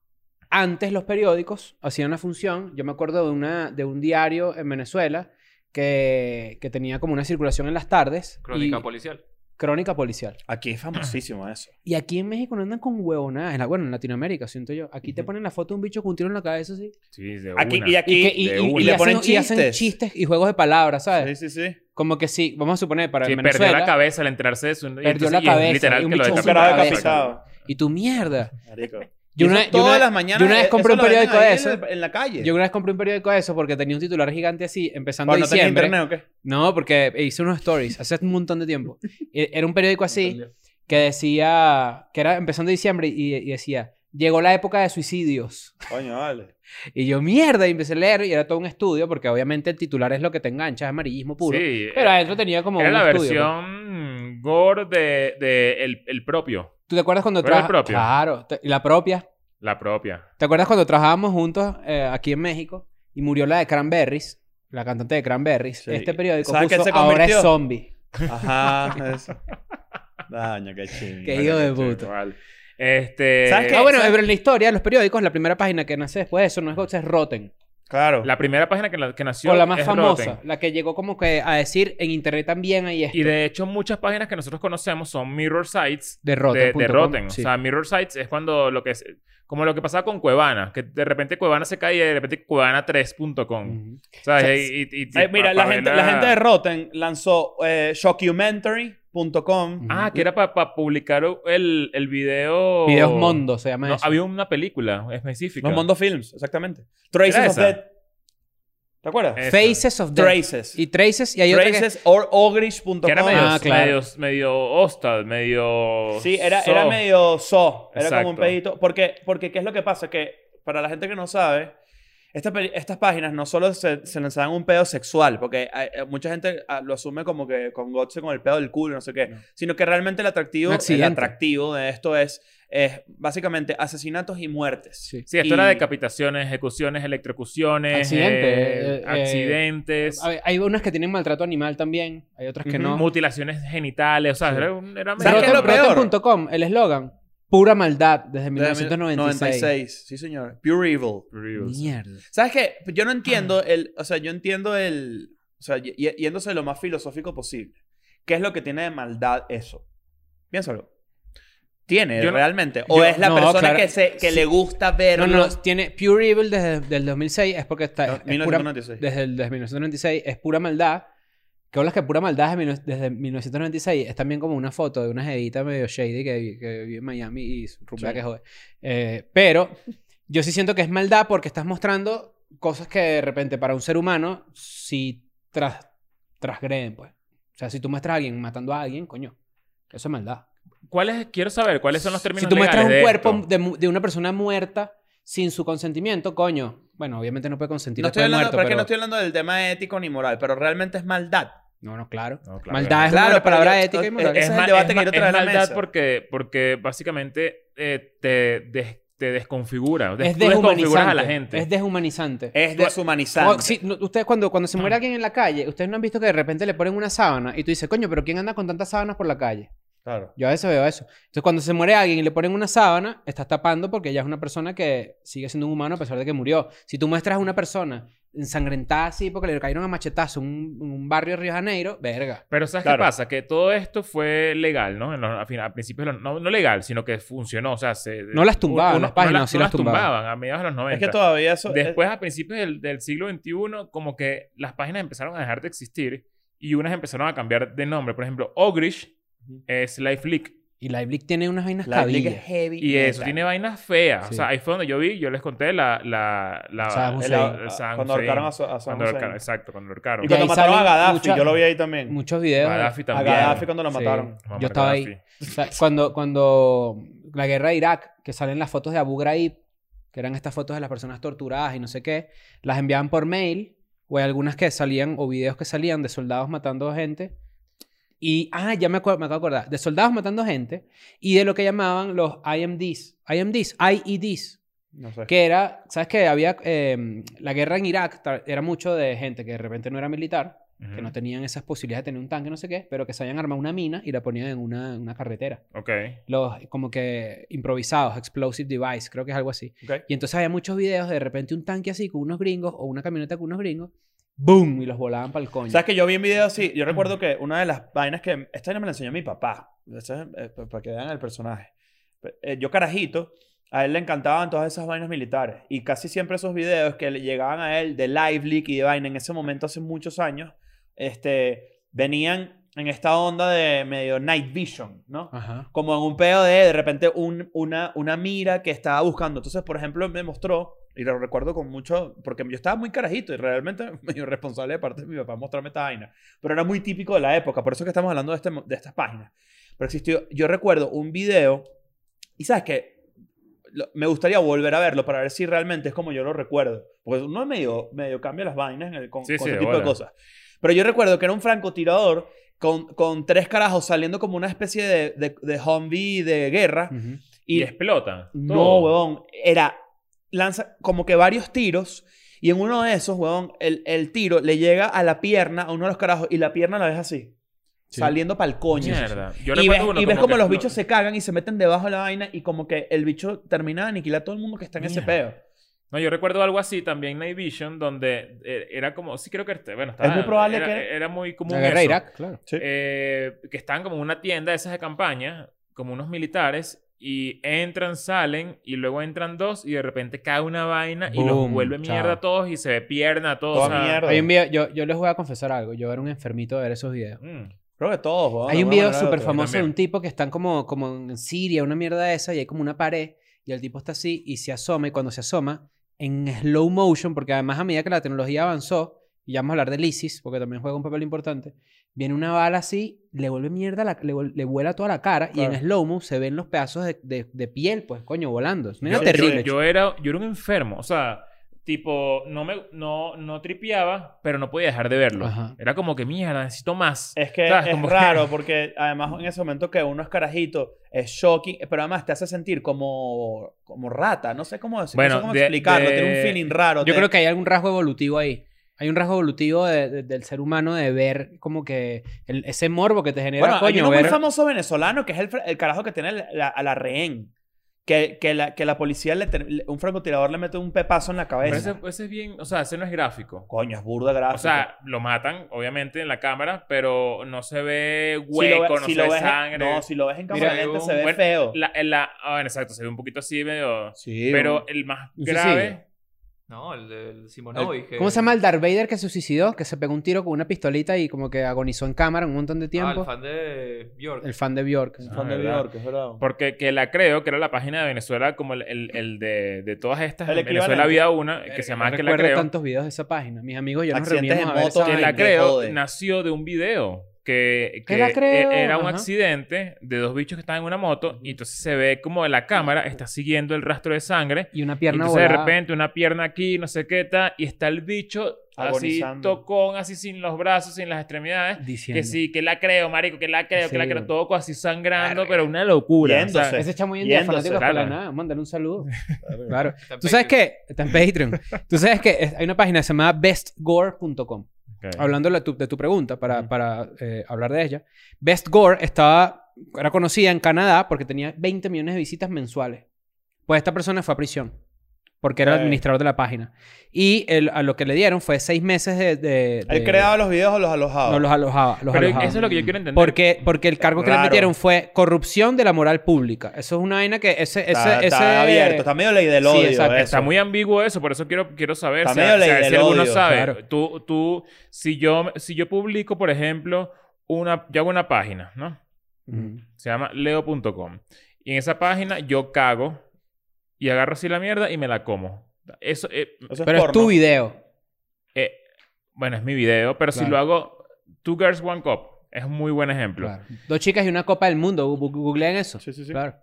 Antes los periódicos hacían una función, yo me acuerdo de, una, de un diario en Venezuela que, que tenía como una circulación en las tardes. y-
Crónica policial.
Crónica policial.
Aquí es famosísimo eso.
Y aquí en México no andan con huevonadas. En la- Bueno, en Latinoamérica, siento yo. Aquí te
Ujú.
ponen la foto de un bicho con un tiro en la cabeza, sí.
Sí, de
Aquí,
una.
y aquí.
Y, que- y-
de
y- y
una.
le
Le ponen
hacen, y hacen
chistes.
chistes y juegos de palabras, ¿sabes?
sí, sí, sí.
Como que sí, vamos a suponer, para
Sí,
en
perdió la
Venezuela,
cabeza al enterarse de su... y
Perdió
entonces-
la
y es
cabeza,
Literal
y un
que lo
bicho
Un
con
decapitaron.
carajo
cabeza.
decapitado.
Y tu mierda.
Marico.
Yo
Y
una,
eso
yo
todas
una-
las mañanas.
yo una vez
eh, eso
compré un
lo venden
periódico de
ahí
eso.
En la, en la calle.
yo una vez compré un periódico de eso porque tenía un titular gigante así, empezando
Cuando no tenía
diciembre.
internet o qué.
No, porque hice unos stories hace un montón de tiempo. E- Era un periódico así que decía, que era empezando diciembre y, y decía, llegó la época de suicidios.
Coño, vale.
Y yo, mierda, y empecé a leer y era todo un estudio porque obviamente el titular es lo que te engancha, es amarillismo puro.
Sí, eh,
Pero adentro tenía como
era
un
la
estudio, pues.
versión gore de, de el, el propio.
¿Tú te acuerdas cuando
Pero era el
trabaja-
propio.
Claro, te- y la propia.
La propia.
¿Te acuerdas cuando trabajábamos juntos eh, aquí en México y murió la de Cranberries, la cantante de Cranberries?
Sí.
Este periódico
¿Sabes
puso
qué se
ahora es
convirtió?
zombie.
Ajá. eso. Daño, qué chingo.
Qué hijo de
Vale,
puta.
vale. Este...
¿Sabes qué?
Ah, bueno,
¿Sabes?
pero en la historia de los periódicos, la primera página que nace después de eso no es Gotcha, es Rotten.
Claro.
La primera página que, la- que nació
O la más
es
famosa,
Rotten.
la que llegó como que a decir en internet también hay esto.
Y de hecho, muchas páginas que nosotros conocemos son mirror sites
De
de-
Rotten.
de,
punto com,
Rotten.
sí.
O sea, mirror sites es cuando lo que es... Como lo que pasaba con Cuevana, que de repente Cuevana se cae y de repente Cuevana3.com.
Ujú.
¿Sabes?
O sea,
Y- y- y-
Eh, mira,
pa-
la
pa-
gente,
pa-
la gente de Rotten lanzó eh, shockumentary.com.
Ah, que era para publicar el, el video...
Videos Mondo se llama
No,
eso.
había una película específica.
Los Mondo Films, exactamente. Traces
¿Era
of
esa?
Death. ¿Te acuerdas?
Eh,
Faces of Death.
Traces.
Y Traces y hay otra que-
Traces or ogrish.com.
Que era medio,
Ah, claro.
medio, medio hostal, medio...
Sí, era,
soft.
era medio so. Era como un
Exacto.
pedito. Porque, porque, ¿qué es lo que pasa? Que para la gente que no sabe, esta peli- estas páginas no solo se, se lanzaban un pedo sexual, porque hay- eh, mucha gente ah, lo asume como que con Gotze con el pedo del culo, no sé qué,
No.
sino que realmente el atractivo,
Un
el
accidente.
atractivo de esto es, es básicamente asesinatos y muertes.
Sí.
Sí, esto
Y-
era decapitaciones, ejecuciones, electrocuciones,
Accidentes,
eh,
eh, eh,
accidentes,
A ver, hay unas que tienen maltrato animal también, hay otras que
Ujú.
no.
mutilaciones genitales, o sea,
Sí.
era, un- era medio...
¿Sabes qué es lo peor?
Rotten.com, el eslogan, pura maldad desde 1996.
96, sí señor. Pure Evil.
Reviews.
Mierda.
¿Sabes qué? Pues Yo no entiendo el, o sea, yo entiendo el, o sea, y- y- yéndose lo más filosófico posible. ¿Qué es lo que tiene de maldad eso? Piénsalo. ¿Tiene
Yo no-
realmente? ¿O es la
no,
persona
claro.
que, se, que
Sí.
le gusta verlo?
No, no, tiene Pure Evil desde el 2006, es porque está...
No,
es pura-
1996.
desde el desde 1996, es pura maldad. Que hablas que pura maldad desde, mil- desde 1996 es también como una foto de una jevita medio shady que, vi- que vive en Miami y rumbea
Sí.
que jode. Eh, pero yo sí siento que es maldad porque estás mostrando cosas que de repente para un ser humano sí tras, transgreden, pues. O sea, si tú muestras a alguien matando a alguien, coño, eso es maldad.
¿Cuáles, quiero saber, ¿cuáles son los términos
Si tú muestras
legales
un
de
cuerpo
esto?
de, mu- de una persona muerta sin su consentimiento, coño. Bueno, obviamente no puede consentir
No estoy
después de
hablando,
muerto,
pero es que
pero...
no estoy hablando del tema ético ni moral, pero realmente es maldad.
No, no, claro.
No, claro.
Maldad es
Claro,
una
pero
palabra
yo-
ética y
eh,
moral.
ese es el
ma-
debate que
ma-
yo traía a la
maldad
mesa.
porque, porque básicamente eh, te, des- te desconfigura, des-
es
tú desconfiguras
deshumanizante.
a la gente.
Es deshumanizante.
Es
Tú-
deshumanizante. Ah.
O- Pues, oh, sí, no, ustedes cuando, cuando se muere alguien en la calle, ustedes no han visto que de repente le ponen una sábana y tú dices, coño, pero ¿quién anda con tantas sábanas por la calle?
Claro.
Yo a veces veo eso. Entonces cuando se muere alguien y le ponen una sábana, estás tapando porque ella es una persona que sigue siendo un humano a pesar de que murió. Si tú muestras a una persona ensangrentada así porque le cayeron a machetazo en un, en un barrio de Río de Janeiro, verga.
Pero ¿sabes
Claro.
qué pasa? Que todo esto fue legal, ¿no? En los- a, fin- a principios, de los- no, no legal, sino que funcionó. O sea, se,
No las tumbaban las páginas,
no
sí
no
las tumbaban.
a mediados de los 90.
Es que todavía eso... eh, es-
Después, a principios del, del siglo XXI, como que las páginas empezaron a dejar de existir y unas empezaron a cambiar de nombre. Por ejemplo, Ogrish es Life Leak
Y la Blick tiene unas vainas
la liga
cabillas.
es heavy.
y eso
metal.
tiene vainas feas.
Sí.
O sea, ahí fue donde yo vi, yo les conté la... la, la
Saddam
el-
El-
Hussein.
el Saddam
a- Ah, cuando
Hussein.
ahorcaron a, Sa- a Saddam
Cuando ahorcaron-
Hussein.
Exacto, cuando
Y
ahorcaron.
de
cuando
ahí
mataron a
salen
Gaddafi,
muchas-
yo lo vi ahí también.
Muchos videos.
Gaddafi
a
también.
Gaddafi cuando lo
Sí.
mataron.
Mamá
Yo estaba ahí.
Gaddafi.
O sea, cuando, cuando la guerra de Irak, que salen las fotos de Abu Ghraib, que eran estas fotos de las personas torturadas y no sé qué, las enviaban por mail o hay algunas que salían o videos que salían de soldados matando gente. Y, ah, ya me, acuer- me acabo de acordar, de soldados matando gente y de lo que llamaban los IMDs, IMDs, IEDs,
No sé.
E que era, ¿sabes qué? Había, eh, la guerra en Irak tra- era mucho de gente que de repente no era militar,
Ujú.
que no tenían esas posibilidades de tener un tanque, no sé qué, pero que sabían armar una mina y la ponían en una, en una carretera
Ok.
los como que improvisados, explosive device, creo que es algo así.
Ok.
Y entonces había muchos videos de de repente un tanque así con unos gringos o una camioneta con unos gringos ¡Boom! Y los volaban para el coño.
¿Sabes que yo vi un video así? Yo recuerdo que una de las vainas que. Esta vaina me la enseñó mi papá. Esta es, eh, pa- para que vean el personaje. Eh, yo, carajito, a él le encantaban todas esas vainas militares. Y casi siempre esos videos que le llegaban a él de Live Leak y de vaina en ese momento, hace muchos años, este, venían en esta onda de medio night vision, ¿no?
Ajá.
como en un pedo de de repente un- una, una mira que estaba buscando. Entonces, por ejemplo, me mostró, y lo recuerdo con mucho, porque yo estaba muy carajito y realmente medio responsable de parte de mi papá mostrarme esta vaina. Pero era muy típico de la época, por eso es que estamos hablando de, este mo- de estas páginas. Pero existió, yo recuerdo un video, y sabes que me gustaría volver a verlo para ver si realmente es como yo lo recuerdo. Porque uno medio, medio cambia las vainas en el- con,
Sí,
con
sí,
ese tipo de
bola.
cosas. Pero yo recuerdo que era un francotirador con, con tres carajos saliendo como una especie de, de, de zombie de guerra.
Ujú.
Mm, Y,
Y
explota.
no,
todo.
huevón, era lanza como que varios tiros. Y en uno de esos, huevón, el, el tiro le llega a la pierna a uno de los carajos y la pierna la ves así,
Sí.
saliendo para el coño.
Mierda. Yo
Y ves,
recuerdo uno
y ves
como
como,
que
los
explota.
bichos se cagan y se meten debajo de la vaina y como que el bicho termina de aniquilar a todo el mundo que está en ese
Mierda.
peo.
No, yo recuerdo algo así también, Night Vision, donde eh, era como, sí creo que, este- bueno, estaba,
muy probable
era,
que-
Era muy común
La guerra de
eso.
Irak, claro.
Sí.
Eh, que están como en una tienda de esas de campaña, como unos militares, y entran, salen, y luego entran dos, y de repente cae una vaina y los
Boom,
vuelve mierda
chao.
a todos y se ve pierna a todos.
Toda
o sea,
mierda.
Hay un video, yo, yo les voy a confesar algo. Yo era un enfermito de ver esos videos.
mm,
Creo que todos, huevón.
hay
de
un
alguna
video
manera u
súper
otra.
famoso de
también.
un tipo que están como, como en Siria, una mierda esa, y hay como una pared, y el tipo está así y se asoma, y cuando se asoma, en slow motion, porque además a medida que la tecnología avanzó, y ya vamos a hablar del ISIS, porque también juega un papel importante, viene una bala así, le vuelve mierda, la- le, vuel- le vuela toda la cara, y en
Claro.
slow mo se ven los pedazos de, de- de piel, pues coño, volando. Es una
yo,
vaina terrible.
Yo, yo era, yo era un enfermo, o sea, tipo, no me, no, no tripeaba, pero no podía dejar de verlo.
Ajá.
Era como que mierda, necesito más.
Es que
¿Sabes?
es
Como que-
raro porque además en ese momento que uno es carajito, es shocking, pero además te hace sentir como, como rata, no sé cómo, decir- no sé
Bueno,
cómo
de-
explicarlo,
de-
tiene un feeling raro.
Yo
te-
creo que hay algún rasgo evolutivo ahí. Hay un rasgo evolutivo de- de- del ser humano de ver como que el- ese morbo que te genera,
Bueno, hay
coño,
uno muy
ver-
famoso venezolano que es el, fra- el carajo que tiene la- a la rehén. Que, que, la, que la policía, le ter- le- un francotirador le mete un pepazo en la
Pero
cabeza.
ese, ese es bien, o sea, ese no es gráfico.
Coño, es burda gráfico.
O sea, lo matan, obviamente, en la cámara, pero no se ve
Si lo ve-
hueco, no
si
se
lo
ve
ves en-
sangre.
no, si lo ves en
Mira,
cámara lenta
un
se ve
buen-
feo.
La, en la, ah, bueno, exacto, se ve un poquito así medio.
Sí,
Pero el más
Un
grave.
No, el, el Simonovic. que- ah,
¿Cómo se llama el Darth Vader que se suicidó? Que se pegó un tiro con una pistolita y como que agonizó en cámara un montón de
Ah,
tiempo.
el fan de Bjork.
el, fan de Bjork.
un fan
Ah,
de
¿verdad?
Bjork, es verdad.
Porque que la creo, que era la página de Venezuela, como el, el- el de, de todas estas.
El
En Venezuela
equivalente.
había una que
Verga,
se llamaba
no
Que la
recuerdo
creo.
tantos videos de esa página. Mis amigos y yo nos
Accidentes
reuníamos
en
a ver
moto,
esa
Que
Ay,
la
qué
vaina.
creo
jode.
nació de un video. Que,
Que la
que
creo,
e- era un
ajá.
accidente de dos bichos que estaban en una moto. Y entonces se ve como en la cámara está siguiendo el rastro de sangre.
Y una pierna
Entonces de
volada.
repente una pierna aquí, no sé qué tal, y está el bicho así
Agonizando.
tocón, así sin los brazos, sin las extremidades.
diciendo.
Que sí, que la creo, marico, que la creo, que la
Sí,
creo,
bro.
todo co- así sangrando, pero una locura. o sea,
Yéndose.
Ese chamo hoy en día es
Yéndose,
fanático de
claro.
Escuela de nada. Mándale un saludo. claro.
Está en
¿Tú sabes
Patreon.
qué? Está en Patreon. Tú sabes que es- hay una página que se llama bestgore.com.
ok.
Hablando de la- tu- de tu pregunta, para,
Ujú.
para eh, hablar de ella, Best Gore estaba, era conocida en Canadá porque tenía 20 millones de visitas mensuales. Pues esta persona fue a prisión porque era el
Ok.
administrador de la página. Y el- a lo que le dieron fue seis meses de... de-
Él
de-
creaba los videos o Eh, los alojaba.
No, los alojaba. Los
Pero
alojaba.
eso es lo que yo quiero entender.
Porque, porque el cargo que le
Raro.
metieron fue corrupción de la moral pública. Eso es una vaina que ese... ese,
está,
ese
está abierto, está medio ley del
Sí,
odio.
exacto,
eso.
Está muy ambiguo eso, por eso quiero, quiero saber
Está
si,
medio
o sea,
ley
si
del
alguno
odio,
sabe.
claro.
Tú, tú, si yo, si yo publico, por ejemplo, una, yo hago una página, ¿no?
Ujú.
Se llama leo.com. Y en esa página yo cago y agarro así la mierda y me la como. Eso, eh,
Eso
Pero es
porno.
tu video.
Eh, bueno, es mi video, pero si
Claro.
lo hago Two Girls One Cup, es un muy buen ejemplo.
Claro. Dos chicas y una copa del mundo. Gu- gu- Googleen eso.
Sí, sí, sí.
Claro.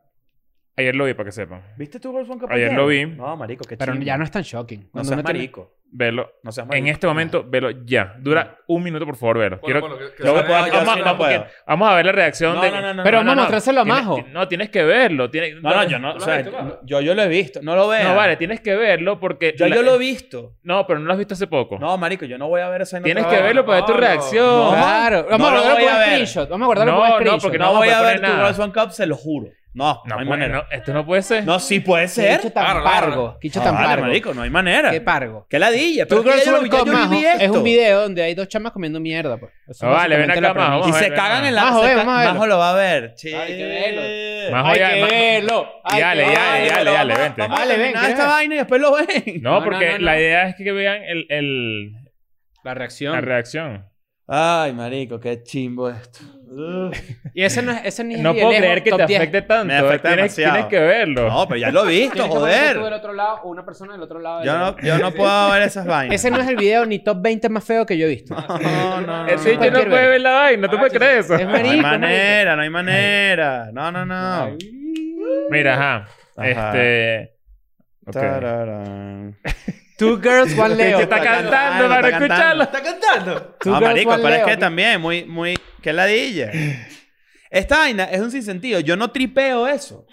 Ayer lo vi para que sepan.
¿Viste tú Girls One Cup
Ayer lo vi.
No, marico, qué
Pero
chimbo.
ya no es tan shocking.
No
Cuando
seas
uno tiene-
marico.
Velo.
No seas marico.
En este momento, velo ya. Dura un minuto, por favor, velo.
Ponlo,
Quiero-
ponlo, que- que
Yo
suene
no puedo,
ahí,
yo
vamos,
sí no
vamos,
puedo.
que-
Vamos a ver la reacción
No,
de.
no, no, no,
Pero
no,
vamos a mostrárselo a
Tienes-
Majo.
ti- no, tienes que verlo. tienes-
No, no, yo no.
¿Tú
O
lo
sea,
has visto, Pablo?
yo, yo lo he visto. No lo veo.
No, vale, tienes que verlo porque.
Yo,
la-
yo lo he visto.
No, pero no lo has visto hace poco.
No, marico, yo no voy a ver esa
tienes
otra
que
vez.
verlo para ver tu
no,
reacción.
no.
Claro. Vamos
No
a
lo
guardarlo
voy
como
a ver.
screenshot. Vamos a guardarlo
No,
como
no,
screenshot.
porque
No, voy
vamos
a
a
ver
poner
tu
nada.
Girls One Cup, se lo juro. No, no,
No,
hay
pues,
manera.
no, esto no puede ser.
No, sí puede ser.
Quicho tan
Claro, claro.
pargo. Quicho
No,
tan
vale,
pargo.
marico, no hay manera.
Qué pargo.
¿Qué ladilla? Pero
Two
es
Girls
que ya
One
yo, ya
Cup,
yo viví
Majo,
esto.
es un video donde hay dos chamas comiendo mierda. Pues. Eso
Ah,
es
vale, ven
básicamente
acá,
la
Majo.
Y
premisa.
Vamos a
se
ver,
cagan
vamos.
en la...
Vamos a ver,
se ca-
vamos a verlo.
Majo lo va a ver. Sí.
Ay, hay que verlo.
Majo,
Majo,
Hay
ya,
que
ma-
verlo. Hay
Y dale,
que
ya,
verlo.
ya,
pero
dale,
vamos-
vente.
Vamos a
Dale, ven,
terminar
¿quieres
esta
ver?
vaina y después lo ven.
No,
No,
porque
no, no,
la
no.
idea es que vean el, el-
La
la
reacción.
reacción.
Ay, marico, qué chimbo esto. Ugh.
Y ese no es ese ni es
No
ni de
puedo
lejos
creer que
top
te
10.
afecte tanto.
Me afecta
tienes,
demasiado.
tienes que verlo.
No, pero ya lo he visto,
Tienes que poner tú del
joder.
otro lado o una persona del otro lado. del
Yo no,
otro.
yo no puedo ver esas vainas.
Ese no es el video ni top 20 más feo que yo he visto.
No, no, no.
Ese bicho
no,
no
no
cualquier
puede
verga.
ver la vaina. ¿Tú puedes
Agáchate.
creer eso?
Ah, Es
No hay
marico,
manera, no hay manera. No, no, no.
Mira, ajá.
Ah. Ajá.
Este. ok.
Tararán.
Two girls, one Leo.
Que está cantando para
está
escucharlo.
cantando.
¿Está cantando?
Two
No,
girls,
marico,
one
pero es
Leo.
que también, muy, muy. Qué ladilla. Esta vaina es un sinsentido. Yo no tripeo eso.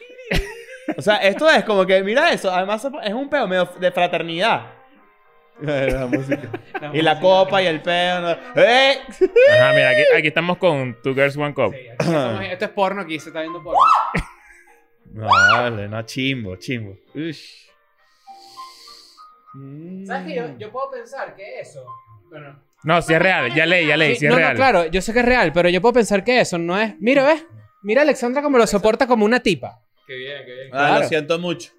O sea, esto es como que, mira eso. Además, es un peo medio de fraternidad. La música. Y la copa y el peo. no. ¡Eh!
Ajá, mira, aquí, aquí estamos con Two Girls One Cup.
Sí, aquí estamos- Esto es porno aquí, se está viendo porno.
No, vale, no, chimbo, chimbo. Ush.
¿Sabes qué? Yo, yo puedo pensar que eso. Bueno.
No, si es real. Ya leí, ya leí.
Sí,
si es
no,
real.
no, claro, yo sé que es real, pero yo puedo pensar que eso no es. Mira, ¿ves? Mira a Alexandra como lo soporta como una tipa.
Qué bien, qué bien.
Ah,
Claro.
Lo siento mucho.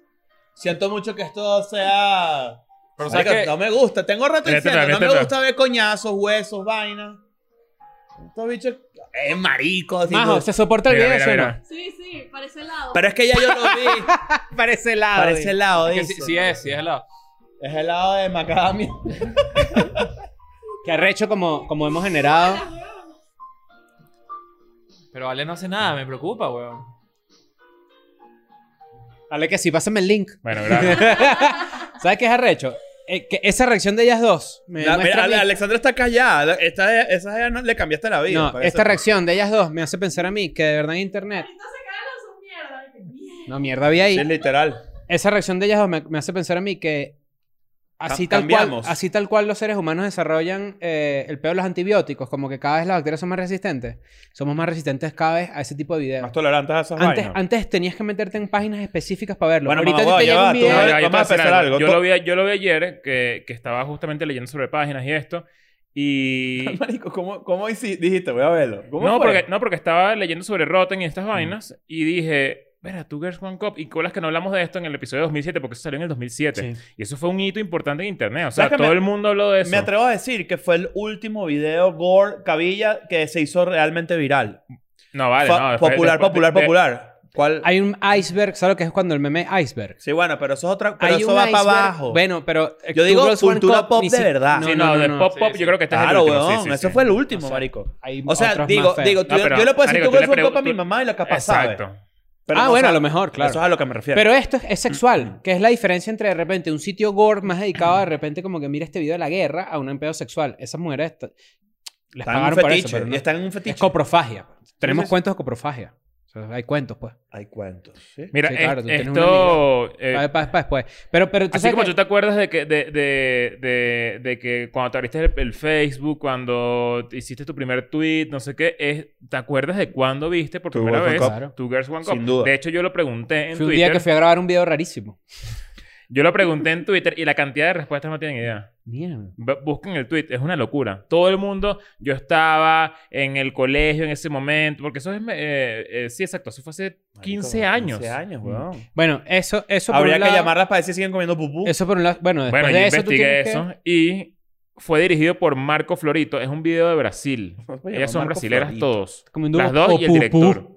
Siento mucho que esto sea. Marico,
Pero ¿sabes qué?
No me gusta. Tengo rato
Este
diciendo,
también,
no
este
me
también.
gusta ver coñazos, huesos, vainas. Estos bichos. Eh, marico. así
Majo,
tú-
¿se soporta el
Mira,
video
mira,
sí o
mira.
Sí, sí, para ese lado.
Pero es que ya yo lo vi.
no? Parece helado.
Parece
dice.
helado,
Que
dice.
sí, sí es, sí es helado.
Es helado de macadamia.
Que arrecho como, como hemos generado.
Pero Ale no hace nada, me preocupa, weón.
Dale que sí, pásame el link.
Bueno, gracias.
¿Sabes qué es arrecho? Eh, que esa reacción de ellas dos. Me
La-
muestra
mira,
a mí-
Ale- Alexandra está callada. Esta, esa ya no, le cambiaste la vida.
no,
parece.
esta reacción de ellas dos me hace pensar a mí que de verdad en internet. No, mierda, había ahí.
Sí, literal.
Esa reacción de ellas dos me, me hace pensar a mí que así
Ca-
tal, cual,
cambiamos.
así tal cual los seres humanos desarrollan eh, el peor de los antibióticos, como que cada vez las bacterias son más resistentes, somos más resistentes cada vez a ese tipo de videos.
Más tolerantes a esas
Antes,
vainas.
antes tenías que meterte en páginas específicas para verlo.
Bueno,
Ahorita
mamá,
a
voy,
ti te
ya
llega
va,
un
tú
video.
No,
Vamos
ya,
a
yo te voy
hacer
decir
algo.
Yo lo, vi, yo lo vi ayer, que, que estaba justamente leyendo sobre páginas y esto. Y.
Marico, ¿cómo, cómo hici- dijiste? Voy a verlo. ¿Cómo
No
fue?
porque, no, porque estaba leyendo sobre Rotten y estas vainas. Y dije, mira, Two Girls One Cup. Y colas que no hablamos de esto en el episodio de 2007, porque eso salió en el 2007.
Sí.
Y eso fue un hito importante en internet. O sea,
¿Sabes que
todo
me-
el mundo habló de eso.
Me atrevo a decir que fue el último video gore cabilla que se hizo realmente viral.
No, vale,
Fa-
no. después-
popular,
después-
popular,
de- de-
popular. ¿Cuál?
Hay un iceberg, ¿sabes lo que es cuando el meme iceberg?
Sí, bueno, pero eso es otra. Pero
Hay
eso
un
va para
iceberg-
abajo.
Bueno, pero. eh,
Yo
Two
digo
Girls, One
cultura
Cup
pop
ni
de
si-
verdad.
Sí, no, de pop
Sí,
pop
sí.
yo creo que este
claro,
es el último.
weón.
sí, sí,
eso
sí.
fue el último,
O sea,
marico.
hay
O sea,
otros
digo,
más feos.
digo, tú-
No, pero,
yo le puedo decir
marico,
tú
tú
que
le
es un copa a mi
pregun-
mamá y la capaz sabe.
Exacto.
Pero
ah,
no
bueno, a
sabe.
lo mejor, claro.
Eso es a lo que me refiero.
Pero esto es, es
Mm-hmm.
sexual, que es la diferencia entre de repente un sitio gore más dedicado a de repente como que mira este video de la guerra a un empleo sexual. Esas mujeres t-
están
les
en un
pagaron por eso,
fetiche.
pero no.
y Están en un
es
fetiche.
coprofagia. Tenemos
sí.
cuentos de coprofagia. O sea, hay cuentos, pues.
Hay cuentos. ¿sí?
Mira,
Sí, claro,
es-
tú tienes una
esto... eh,
Para después. Pero, pero tú
así
sabes
como
que-
tú te acuerdas de que, de, de, de, de que cuando te abriste el, el Facebook, cuando te hiciste tu primer tweet, no sé qué, es, ¿te acuerdas de cuándo viste por
Two
primera
Girls One
vez
Cup.
Claro.
Two Girls One Cup?
Sin duda.
De hecho, yo lo pregunté en
fue un
Twitter.
día que fui a grabar un video rarísimo.
Yo lo pregunté en Twitter y la cantidad de respuestas no tienen idea.
Mierda.
B- Busquen el tweet, es una locura. Todo el mundo, yo estaba en el colegio en ese momento, porque eso es. me- eh, eh, sí, exacto, eso fue hace 15 años.
15 años, weón.
Bueno, eso, eso por
Habría
un
que
lado-
llamarlas para decir si siguen comiendo pupú.
Eso por un lado. Bueno, después
Bueno, yo
de eso tú
investigué
tienes que-
eso y fue dirigido por Marco Florito. Es un video de Brasil.
Oye,
Ellas son
Marco
brasileras
Florito.
todos.
Como un dúo.
Las dos y el
Opupú.
director.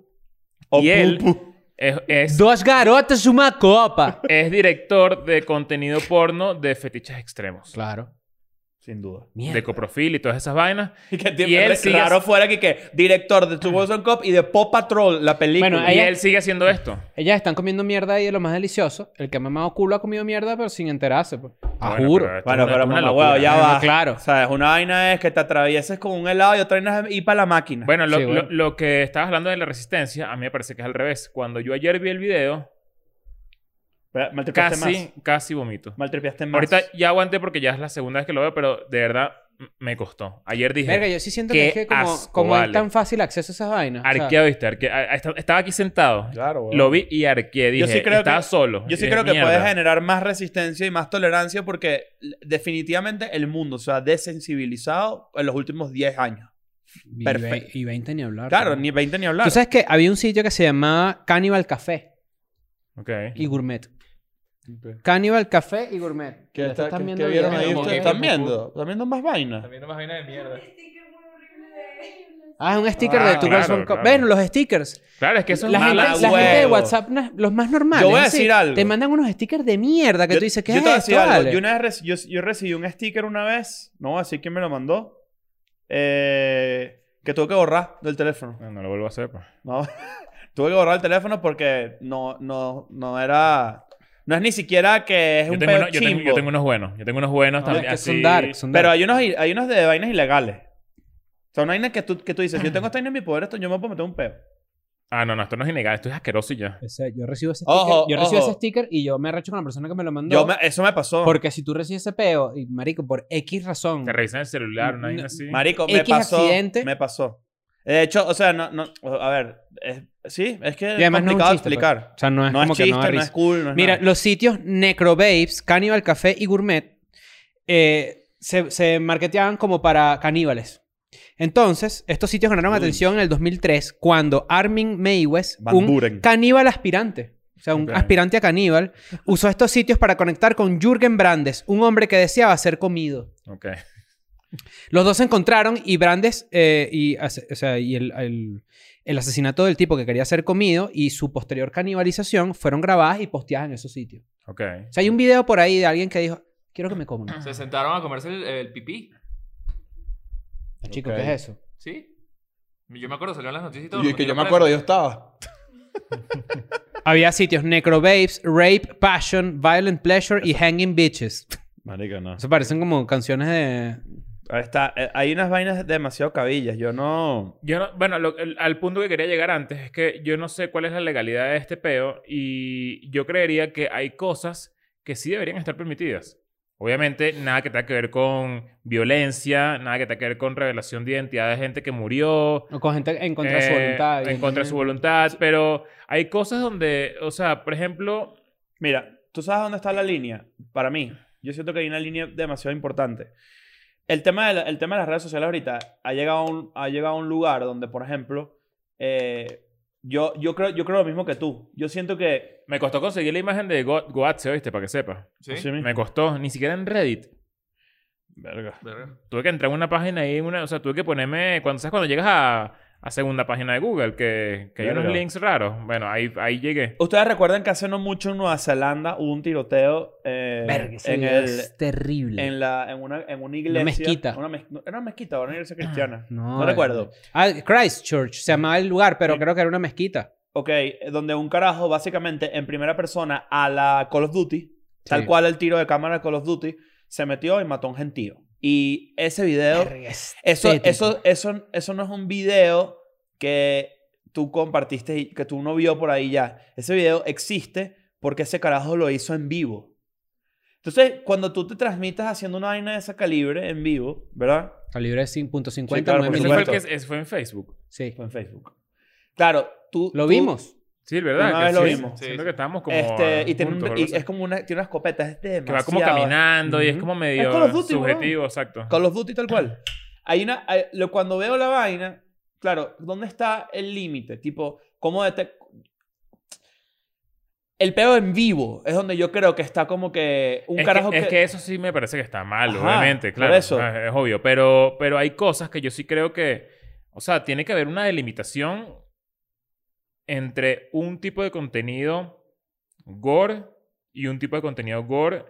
O
Y él-
pupú.
Es, es-
Dos garotas, una copa.
es director de contenido porno de fetiches extremos.
claro.
Sin duda.
De coprofil y todas esas vainas.
Y que
Y él
él
sigue-
raro fuera que, que director de Two Girls One Cup y de Paw Patrol, la película.
Bueno,
Y
Ella-
él sigue haciendo esto.
Ellas están comiendo mierda y de lo más delicioso. El que ha mamado culo ha comido mierda, pero sin enterarse, pues. Ah,
Bueno,
juro.
pero esto
Bueno,
es una-
pero
es una
mamá,
locura.
huevo, ya
Bueno,
va.
claro.
O sea, una vaina es que te atravieses con un helado y otra vaina es ir para la máquina.
Bueno, lo,
Sí, bueno.
lo- lo que estabas hablando de la resistencia, a mí me parece que es al revés. Cuando yo ayer vi el video,
Espera, maltripeaste
casi, casi vomito.
más. Maltripeaste más.
Ahorita ya aguanté porque ya es la segunda vez que lo veo, pero de verdad me costó. Ayer dije,
Verga, yo sí siento
qué
que es que como,
asco,
como hay
vale.
tan fácil acceso a esas vainas. o sea,
arqueado, ¿viste? Arqueado. Ah, esta- Estaba aquí sentado.
Claro, weón.
Lo vi y arqueé. Dije,
Yo sí creo
estaba
que-
solo.
Yo sí
Y
creo que
mierda.
puede generar más resistencia y más tolerancia porque l- definitivamente el mundo se ha desensibilizado en los últimos 10 años.
y ve-
perfecto.
Y 20 ni hablar.
Claro,
weón.
ni 20 ni hablar.
Tú sabes que había un sitio que se llamaba Cannibal Café
Ok.
y Gourmet.
Ok.
Cannibal Café y Gourmet.
¿Qué
Ya
está-
están
qué-
viendo
qué vieron
videos.
ahí?
Como
ustedes?
que-
¿Están viendo? ¿Están viendo más vainas?
También no más vaina de mierda.
Este,
Ah, es un sticker
Ah,
de tu
claro,
corazón.
claro.
Bueno, los stickers.
Claro, es que eso es
la gente,
mala
la gente de
huevo.
WhatsApp, na- los más normales.
Yo voy a
así,
decir algo.
Te mandan unos stickers de mierda que tú dices, ¿qué
yo
es
te voy a
esto,
decir algo.
vale?
Yo, una vez reci- yo, yo recibí un sticker una vez, no voy a decir quién me lo mandó, eh, que tuve que borrar del teléfono.
No, no lo vuelvo a hacer, pues.
No, tuve que borrar el teléfono porque no, no, no era... No es ni siquiera que es
Yo
un
tengo,
pedo
uno- yo, tengo, yo
chimbo.
tengo unos buenos. Yo tengo unos buenos
No, es
también.
que
así...
son dark, son dark.
Pero hay unos, hay unos de vainas ilegales. O sea, una vaina que tú, que tú dices, yo tengo esta vaina en mi poder, esto yo me puedo meter un peo.
Ah, no, no, esto no es ilegal. Esto es asqueroso y ya.
Ese- yo recibo ese sticker,
Ojo,
yo recibo
ojo.
ese sticker y yo me arrecho con la persona que me lo mandó.
Yo me- eso me pasó.
Porque si tú recibes ese peo, y marico, por X razón.
Te revisan el celular, una vaina
No,
así.
Marico, me
X
pasó.
accidente.
Me pasó. De hecho, o sea, no, no, a ver, es- sí, es que
Y
es
además no es un
complicado
chiste, pues.
explicar.
O sea, no es
No es
como que
chiste,
no
no,
da
es
risa.
cool, no es
Mira,
nada.
los sitios Necrobabes, Cannibal Café y Gourmet eh, se, se marketeaban como para caníbales. Entonces, estos sitios ganaron
Uy.
atención en el 2003 cuando Armin Meiwes,
Van
un
Buren.
caníbal aspirante, o sea, un
Ok.
aspirante a caníbal, usó estos sitios para conectar con Jürgen Brandes, un hombre que deseaba ser comido.
Ok.
Los dos se encontraron y Brandes eh, y, ase- o sea, y el, el- el asesinato del tipo que quería ser comido y su posterior canibalización fueron grabadas y posteadas en esos sitios.
Ok.
O sea, hay un video por ahí de alguien que dijo, quiero que me coman.
Se sentaron a comerse el, el pipí.
Chico,
Ok.
¿qué es eso?
¿Sí? Yo me acuerdo, salieron las noticias y todo.
Y que yo me acuerdo, yo estaba.
Había sitios necrobabes, rape, passion, violent pleasure y hanging bitches.
Marico, no.
Eso parecen como canciones de...
Ahí está, eh, hay unas vainas demasiado cabillas. Yo no.
Yo no- bueno, lo- el- al punto que quería llegar antes es que yo no sé cuál es la legalidad de este peo y yo creería que hay cosas que sí deberían estar permitidas. Obviamente, nada que tenga que ver con violencia, nada que tenga que ver con revelación de identidad de gente que murió.
o con gente en contra de su
eh,
voluntad.
En contra de su
evidentemente.
voluntad, pero hay cosas donde, o sea, por ejemplo,
Mira, tú sabes dónde está la línea. Para mí, yo siento que hay una línea demasiado importante. El tema de, la- el tema de las redes sociales ahorita ha llegado a un, ha llegado a un lugar donde, por ejemplo, eh, yo, yo, creo, yo creo lo mismo que tú. Yo siento que.
me costó conseguir la imagen de Go- Goatse, ¿oíste? Para que sepas.
¿Sí?
Sí, mi-
Me costó, ni siquiera en Reddit.
Verga.
Verga.
Tuve que entrar en una página ahí, en una, o sea, tuve que ponerme, cuando, ¿sabes? Cuando llegas a, a segunda página de Google, que, que hay unos
Verga.
links raros. Bueno, ahí, ahí llegué.
Ustedes recuerdan que hace no mucho en Nueva Zelanda hubo un tiroteo eh,
Verga, ese
en,
video
el-
es terrible.
en la, en, una, en una iglesia.
mezquita. Ah.
Una mez- no, era una mezquita, una iglesia cristiana.
No,
no recuerdo.
Ah, Christchurch se llamaba el lugar, pero creo que era una mezquita.
Ok, eh, donde un carajo básicamente en primera persona a la Call of Duty, tal
Sí.
cual el tiro de cámara de Call of Duty, se metió y mató a un gentío. Y ese video,
Verga, es
eso,
tétrico.
eso, eso, eso no es un video que tú compartiste y que tú no vio por ahí ya. Ese video existe porque ese carajo lo hizo en vivo. Entonces, cuando tú te transmitas haciendo una vaina de ese calibre en vivo, ¿verdad?
Calibre 5.50.
Sí, claro, por
Ese fue, el
supuesto.
que, ese fue en Facebook.
Sí.
Fue en Facebook. Claro, tú...
Lo
tú-
vimos.
Sí, ¿verdad?
Una
Que
vez lo
sí,
vimos.
Siento
Sí,
que estábamos como.
Este, y
juntos,
tiene un-
o algo
y
así.
es como una, tiene una escopeta, es
que va como
demasiado-
caminando y es como medio
Call of Duty, weón.
subjetivo, exacto.
Call of Duty tal cual. Hay una, hay- lo, cuando veo la vaina, claro, ¿dónnde está el límite? Tipo, ¿cómo dete- El pedo en vivo es donde yo creo que está como que un
es,
carajo
que, es que eso sí me parece que está mal,
Ajá,
obviamente,
por
claro.
eso.
o sea, Es, obvio. Pero, pero hay cosas que yo sí creo que. O sea, tiene que haber una delimitación entre un tipo de contenido gore y un tipo de contenido gore.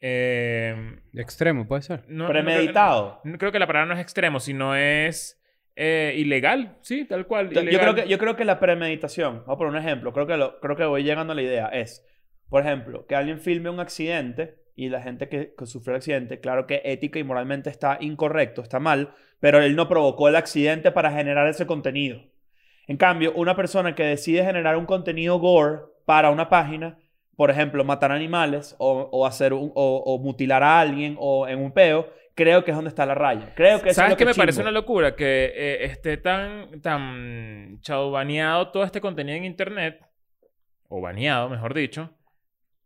eh,
Extremo, puede ser.
no- no creo-
premeditado.
no creo que la palabra no es extremo, sino es eh, ilegal, sí, tal cual.
Yo
ilegal.
creo, que, yo creo que la premeditación, vamos por un ejemplo, creo que, lo- creo que voy llegando a la idea, es, por ejemplo, que alguien filme un accidente y la gente que, que sufrió el accidente, claro que ética y moralmente está incorrecto, está mal, pero él no provocó el accidente para generar ese contenido. En cambio, una persona que decide generar un contenido gore para una página, por ejemplo, matar animales o, o hacer un- o, o mutilar a alguien o en un peo, creo que es donde está la raya. Creo que eso es
¿Sabes
lo
qué
que
me
chimbo.
parece una locura? Que eh, esté tan, tan chaubaneado todo este contenido en internet, o baneado, mejor dicho,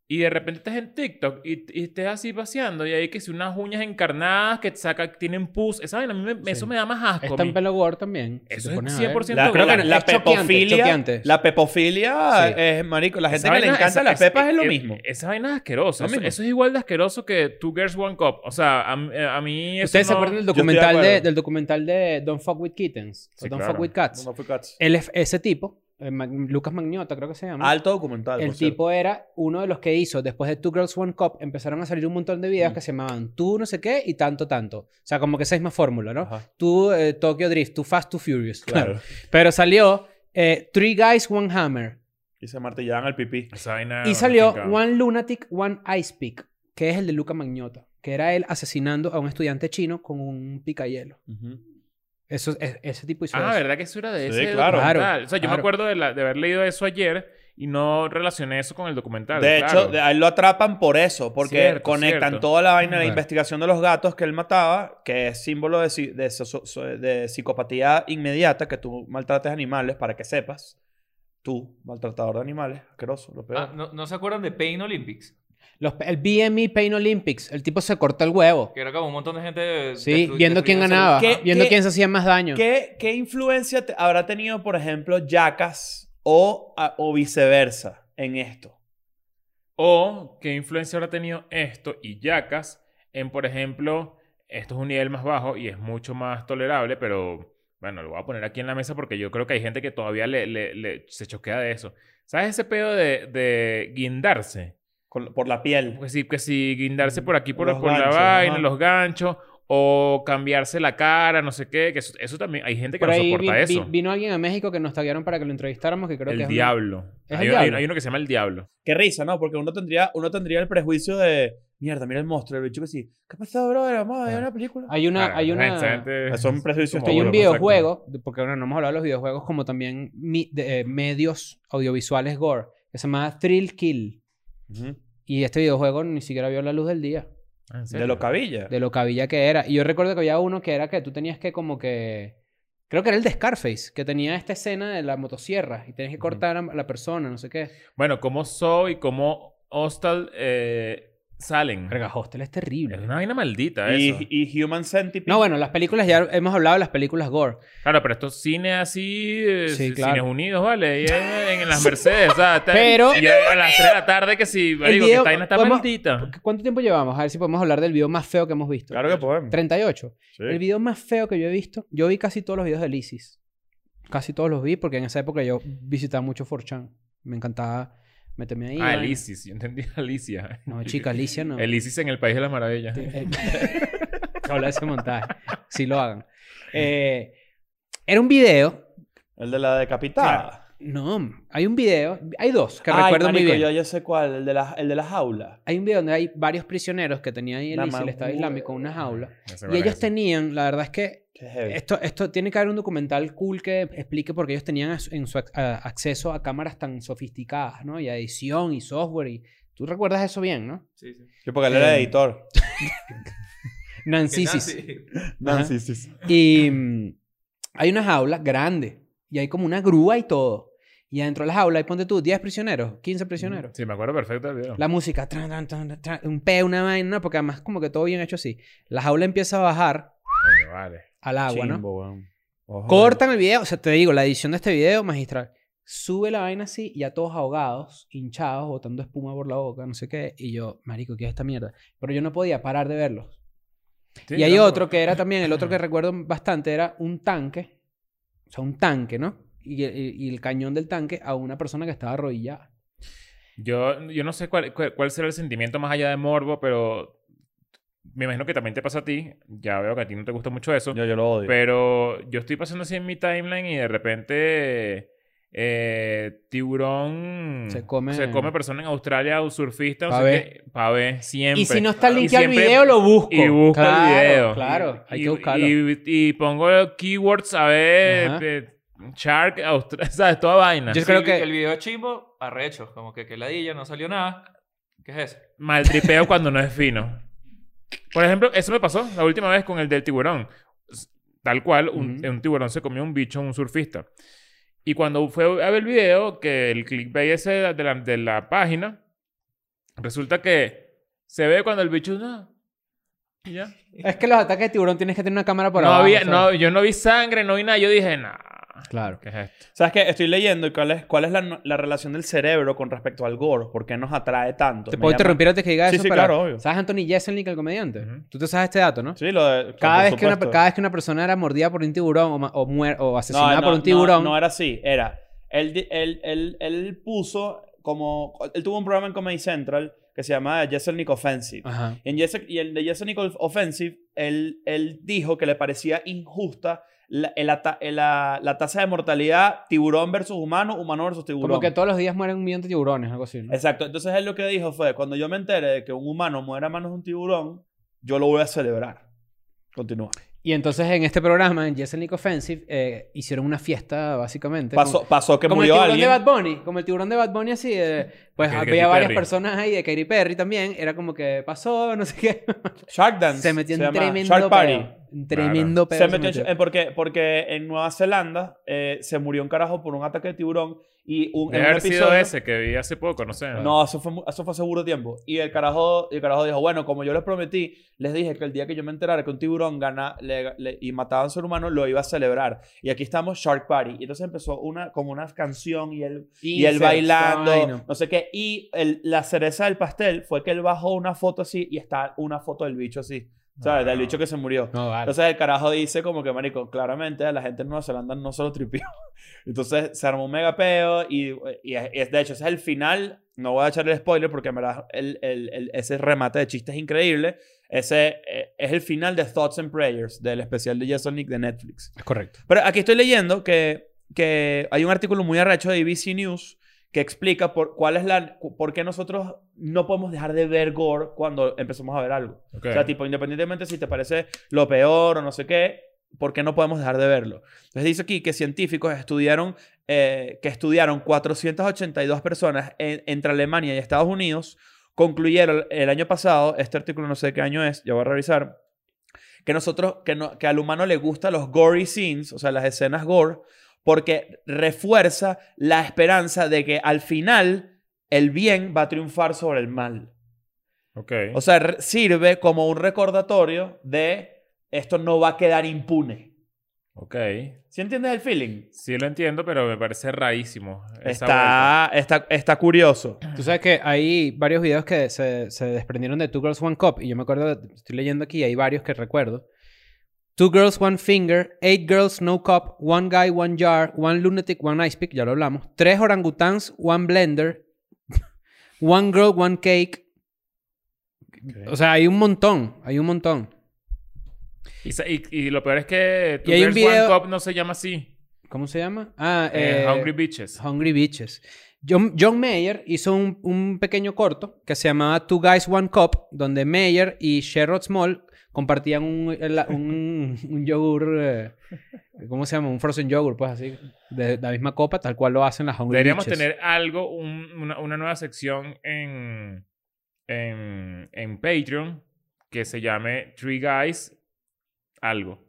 y de repente estás en TikTok y, y estés así paseando y hay que si unas uñas encarnadas que saca, tienen pus. ¿Saben? A mí me-
Sí.
eso me da más
Ah,
asco.
Es
a
tan
mí.
pelo gordo también. si
Eso
te
es
pones a ver.
100%
La, creo que
Bueno,
la
es choqueante,
pepofilia,
choqueante.
la pepofilia
Sí.
es marico, la gente
Esa
que le
vaina-
encanta
esa-
las
esa-
pepas es lo
eh,
mismo.
Esa vaina es asquerosa.
Lo
Eso,
mismo.
eso es igual de asqueroso que Two Girls One Cup. O sea, a, mí- a mí eso
Ustedes se
no-
acuerdan del
estoy de
documental de,
acuerdo.
del documental de Don't Fuck With Kittens.
Sí,
o Don't
claro.
Fuck With Cats.
No fue Cats.
Él es- ese tipo, eh, Mag- Lucas Magniota creo que se llama.
Alto documental.
El
por cierto.
tipo era uno de los que hizo, después de Two Girls One Cup, empezaron a salir un montón de videos que se llamaban Tú no sé qué y tanto, tanto. O sea, como que esa misma fórmula, ¿no?
Ajá,
Tú eh, Tokyo Drift, Tú Fast, Tú Furious.
claro.
Pero salió eh, Three Guys, One Hammer.
Y se martillaban al pipí.
Esa
Ah,
vaina
Y
no
salió
me encanta.
One Lunatic, One Ice Pick, que es el de Luca Magnotta, que era él asesinando a un estudiante chino con un picayelo. Eso, es- e-, ese tipo hizo
Ah,
eso.
¿verdad que eso era de
Sí,
ese
claro.
documental? O sea, yo me
Claro.
acuerdo de, la- de haber leído eso ayer y no relacioné eso con el documental.
de
claro.
hecho, de- a él lo atrapan por eso, porque
Cierto,
conectan
cierto.
toda la vaina de la
Bueno.
investigación de los gatos que él mataba, que es símbolo de, si- de so- so- so- de psicopatía inmediata, que tú maltrates animales para que sepas. Tú, maltratador de animales, asqueroso, lo peor.
Ah, ¿no, ¿No se acuerdan de Pain Olympics?
Los- el BME Pain Olympics, el tipo se cortó el huevo.
Que era como un montón de gente.
Sí,
destru-
viendo quién
destruyendo
ganaba,
salud.
¿Qué-
viendo
qué-
quién se hacía más daño.
¿Qué, qué influencia te- habrá tenido, por ejemplo, Jackass o, a- o viceversa en esto?
O qué influencia habrá tenido esto y Yacas en, por ejemplo, esto es un nivel más bajo y es mucho más tolerable, pero bueno, lo voy a poner aquí en la mesa porque yo creo que hay gente que todavía le, le- le- se choquea de eso. ¿Sabes ese pedo de, de guindarse?
Con- por la piel.
Pues
Que si, Pues que si
Mm,
guindarse por aquí, por,
Los
por
ganchos,
la vaina,
ajá.
los ganchos, o cambiarse la cara, no sé qué, que eso, eso también, hay gente que
Por
no
ahí
soporta
vi- vi-
eso.
vino alguien a México que nos taguearon para que lo entrevistáramos, que creo
el
que es una-
diablo.
¿Es
hay,
el
hay-
diablo?
hay uno que se llama el diablo.
Qué risa, ¿no? Porque uno tendría, uno tendría el prejuicio de, mierda, mira el monstruo, el bicho que sí, ¿qué pasó, bro? Vamos a ver
Ah.
una película.
Hay una,
Ah,
hay una,
esa gente-
Eso es un prejuicio
como
hay un
bueno,
videojuego, porque bueno, no hemos hablado de los videojuegos como también mi- de, eh, medios audiovisuales gore, que se llama Thrill Kill.
Ujú.
Y este videojuego ni siquiera vio la luz del día,
Ah, ¿en serio?
De lo cabilla.
de lo cabilla que era. Y yo recuerdo que había uno que era que tú tenías que como que... Creo que era el de Scarface, que tenía esta escena de la motosierra y tenías que
Ujú.
cortar a la persona, no sé qué.
Bueno, como Zoe y como Hostal eh, salen.
Verga, Hostel es
Es
terrible.
una vaina maldita eso.
Y, y Human Centipede.
No, bueno, las películas ya hemos hablado de las películas gore.
Claro, pero estos cines así, eh,
Sí,
ci-
claro.
cines unidos, ¿vale? Y en, en las Mercedes, o sea, está-
Pero-
y a a las 3 de la tarde que si, digo, que
video-
esta vaina está
podemos-
maldita.
¿Cuánto tiempo llevamos? A ver si podemos hablar del video más feo que hemos visto.
Claro que podemos.
38.
Sí.
El video más feo que yo he visto, yo vi casi todos los videos del ISIS. Casi todos los vi porque en esa época yo visitaba mucho 4chan. Me encantaba meterme ahí.
Ah, el
vaina.
ISIS. Yo entendí Alicia.
No, chica, Alicia no.
El ISIS en el País de las Maravillas.
Eh, Habla de ese montaje. Si lo hagan. Eh, era un video.
El de la decapitada.
No, hay un video. Hay dos que
Ay,
recuerdo muy
marico,
bien.
Yo, yo sé cuál, el de la, el de la jaula.
Hay un video donde hay varios prisioneros que tenía ahí el
La
ISIS, el Estado
mamú-
Islámico, en
uh,
una jaula.
No sé
Y
cuál es
ellos
ese.
tenían, la verdad es que
Qué heavy.
Esto, esto tiene que haber un documental cool que explique por qué ellos tenían as- en su ac- a- acceso a cámaras tan sofisticadas, ¿no? Y a edición y software. Y... Tú recuerdas eso bien, ¿no?
Sí, sí.
Sí, porque él era
Eh,
editor.
Nancy.
Que
sí.
Nancy-
sí,
Ajá.
sí. sí.
Y mm, hay una jaula grande y hay como una grúa y todo. Y adentro de la jaula hay, ponte tú, 10 prisioneros, 15 prisioneros.
Sí, me acuerdo perfecto del video.
La música, tran, tran, tran, tran, un peo, una vaina, porque además como que todo bien hecho así. La jaula empieza a bajar
Coño, vale.
al agua, ¿no?
Chimbo, weón. Ojo.
Cortan el video, o sea, te digo, la edición de este video, magistral. Sube la vaina así, ya todos ahogados, hinchados, botando espuma por la boca, no sé qué. Y yo, marico, ¿qué es esta mierda? Pero yo no podía parar de verlos.
Sí,
y hay
claro.
otro que era también, el otro que recuerdo bastante, era un tanque. O sea, un tanque, ¿no? Y, y- y el cañón del tanque a una persona que estaba arrodillada.
Yo, yo no sé cuál, cuál, cuál será el sentimiento más allá de morbo, pero me imagino que también te pasa a ti. Ya veo que a ti no te gusta mucho eso.
Yo, yo lo odio.
Pero yo estoy pasando así en mi timeline y de repente eh, tiburón
Se come-
persona en Australia, un surfista, no
Pavé.
sé qué. Pavé, siempre.
Y si no está
Y
linkeado el
siempre-
video, lo busco.
Y busco
Claro,
el video.
Claro,
Y-
hay
y-
que buscarlo.
Y, y pongo keywords a ver.
Ajá.
eh, Shark, Australia, ¿sabes? Toda vaina.
Yo creo
el,
que-
El video chimbo, arrecho. Como que, que ladilla, no salió nada. ¿Qué es eso?
Maltripeo cuando no es fino. Por ejemplo, eso me pasó la última vez con el del tiburón. S- Tal cual, un,
Ujú.
un tiburón se comió un bicho, un surfista. Y cuando fue a ver el video, que el clickbait ese de la, de la página, resulta que se ve cuando el bicho... No, y ya.
Es que los ataques de tiburón tienes que tener una cámara por
No
abajo.
había,
o sea.
no, yo no vi sangre, no vi nada. Yo dije, nah,
Claro.
¿qué es esto?
¿Sabes qué? Estoy leyendo y cuál es, cuál es la, la relación del cerebro con respecto al gore. ¿Por qué nos atrae tanto?
Te
Me
puedo
llama-
interrumpir antes que diga
Sí,
eso.
sí,
pero-
claro, obvio.
¿Sabes Anthony Jeselnik, el comediante?
Ujú.
Tú te sabes este dato, ¿no?
Sí, lo de...
Cada
por
vez, que una,
supuesto.
cada vez que una persona era mordida por un tiburón o, ma- o, muer- o
No,
asesinada
no,
por un
no,
tiburón.
No, era así. Era... Él, di- él, él, él puso como... Él tuvo un programa en Comedy Central que se llamaba Jeselnik Offensive.
Ajá.
En Jesse- y el de Jesse Nicole Offensive, él, él dijo que le parecía injusta la, el ata- el- la, la tasa de mortalidad tiburón versus humano, humano versus tiburón.
Como que todos los días mueren un millón de tiburones, algo así. ¿no?
Exacto. Entonces él lo que dijo fue, cuando yo me entere de que un humano muera a manos de un tiburón, yo lo voy a celebrar. Continúa.
Y entonces en este programa, en Jeselnik Offensive, eh, hicieron una fiesta, básicamente.
Pasó,
como-
pasó que
como
murió
el tiburón
alguien.
de Bad Bunny, como el tiburón de Bad Bunny así, eh, pues
Que- que
había
Katy
varias
Perry.
personas ahí, de Katy Perry también, era como que pasó, no sé qué.
Shark Dance.
Se metió
se
en
llama.
tremendo
Shark Party.
peo. Un tremendo peo
Se
se
metió en-
metió.
eh, porque, porque en Nueva Zelanda eh, se murió un carajo por un ataque de tiburón y un, en
Debe
un
haber sido
episodio-
ese que vi hace poco, no sé.
No, eso fue, mu- eso fue seguro tiempo. Y el carajo, y el carajo dijo, bueno, como yo les prometí, les dije que el día que yo me enterara que un tiburón gana le- le- y mataba a un ser humano, lo iba a celebrar. Y aquí estamos, Shark Party. Y entonces empezó una, como una canción y él, y él
Insects,
bailando,
ay,
no.
no.
sé qué. Y el- la cereza del pastel fue que él bajó una foto así y está una foto del bicho así. ¿Sabes? Del bicho que se murió.
No, vale.
Entonces el carajo dice como que, marico, claramente a la gente en Nueva Zelanda no se lo tripió. Entonces se armó un mega peo y, y es- y es- de hecho ese es el final. No voy a echarle spoiler porque en verdad el, el- el- ese remate de chistes es increíble. Ese eh, es el final de Thoughts and Prayers, del especial de Jason Nick de Netflix.
es correcto.
Pero aquí estoy leyendo que, que hay un artículo muy arrecho de ABC News que explica por, cuál es la, por qué nosotros no podemos dejar de ver gore cuando empezamos a ver algo.
Ok.
O sea, tipo, independientemente si te parece lo peor o no sé qué, ¿por qué no podemos dejar de verlo? Entonces dice aquí que científicos estudiaron, eh, que estudiaron 482 personas en- entre Alemania y Estados Unidos, concluyeron el año pasado, este artículo no sé qué año es, ya voy a revisar, que nosotros, que, no- que al humano le gustan los gory scenes, o sea, las escenas gore, porque refuerza la esperanza de que al final el bien va a triunfar sobre el mal.
Ok.
O sea, re- sirve como un recordatorio de esto no va a quedar impune.
ok.
¿Sí entiendes el feeling?
Sí lo entiendo, pero me parece rarísimo. esa vuelta.
Está, está, está curioso.
Tú sabes que hay varios videos que se, se desprendieron de Two Girls One Cup y yo me acuerdo, estoy leyendo aquí, hay varios que recuerdo. Two Girls One Finger, Eight Girls No Cup, One Guy One Jar, One Lunatic One Ice Pick, ya lo hablamos. Tres orangutans One Blender, One Girl One Cake. O sea, hay un montón, hay un montón.
Y, sa- y- y lo peor es que tu
Y hay un
Girls One
video-
Cup no se llama así.
¿Cómo se llama? Ah,
Eh,
eh,
Hungry Bitches.
Hungry Bitches. John, John Mayer hizo un, un pequeño corto que se llamaba Two Guys One Cup, donde Mayer y Sherrod Small compartían un, el- un, un yogur, eh, ¿cómo se llama? Un frozen yogur, pues así, de la misma copa, tal cual lo hacen las Hungry
Deberíamos
Bitches.
tener algo, un- una, una nueva sección en, en, en Patreon que se llame Three Guys algo.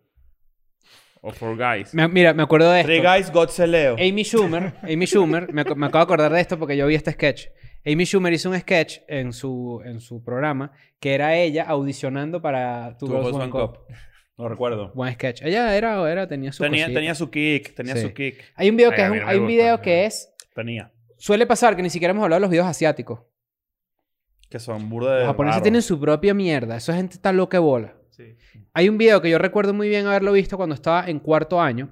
O Four Guys.
Me- mira, me acuerdo de esto.
Three Guys Got Celeo.
Amy Schumer, Amy Schumer, me, ac- me acabo de acordar de esto porque yo vi este sketch. Amy Schumer hizo un sketch en su, en su programa que era ella audicionando para Two, Girls, One Cup.
No recuerdo.
Buen sketch. Ella era, era tenía su
Tenía,
cosita.
tenía su kick, tenía
Sí.
su kick.
Hay un video que
Ay, a
es
mí
un-
no me
hay un
gusta,
video
no.
que es
Tenía.
suele pasar que ni siquiera hemos hablado de los videos asiáticos.
Que son burda de
Los japoneses
raros.
tienen su propia mierda. Esa gente está loca de bola.
Sí.
Hay un video que yo recuerdo muy bien haberlo visto cuando estaba en cuarto año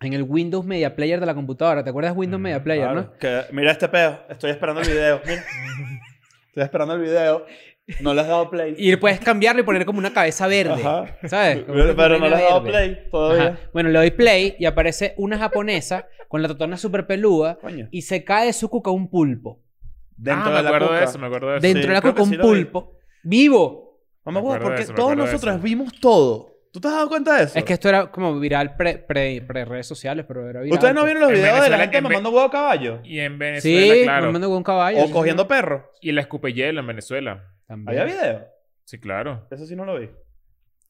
en el Windows Media Player de la computadora. ¿Te acuerdas de Windows
Mm,
Media Player,
Claro.
no?
Que- mira este pedo. Estoy esperando el video. Mira. Estoy esperando el video. No le has dado play.
Y puedes cambiarlo y poner como una cabeza verde.
Ajá.
¿Sabes? Como
Pero
una
pero no
vaina
le has dado
verde.
play todavía.
Ajá. Bueno, le doy play y aparece una japonesa con la totona super pelúa
Coño.
y se cae de su cuca un pulpo.
Dentro
ah, me
de la
acuerdo de
coca.
eso, me acuerdo de eso.
Dentro
Sí,
de la
creo que
cuca un
sí lo vi.
pulpo. ¡Vivo!
Mamá,
Me acuerdo
huevo,
de
porque
eso, me
todos
acuerdo de
nosotros
eso.
vimos todo. ¿Tú te has dado cuenta de eso?
Es que esto era como viral pre, pre, pre redes sociales, pero era viral. pues.
¿Ustedes no vieron los
En
videos de la
Venezuela,
gente
en Ve-
mamando huevo a caballo?
Y en Venezuela,
Sí,
claro.
formando con un caballo.
O cogiendo perro.
Y la escupe hielo en Venezuela.
También.
¿Había video?
Sí, claro.
Eso sí no lo vi.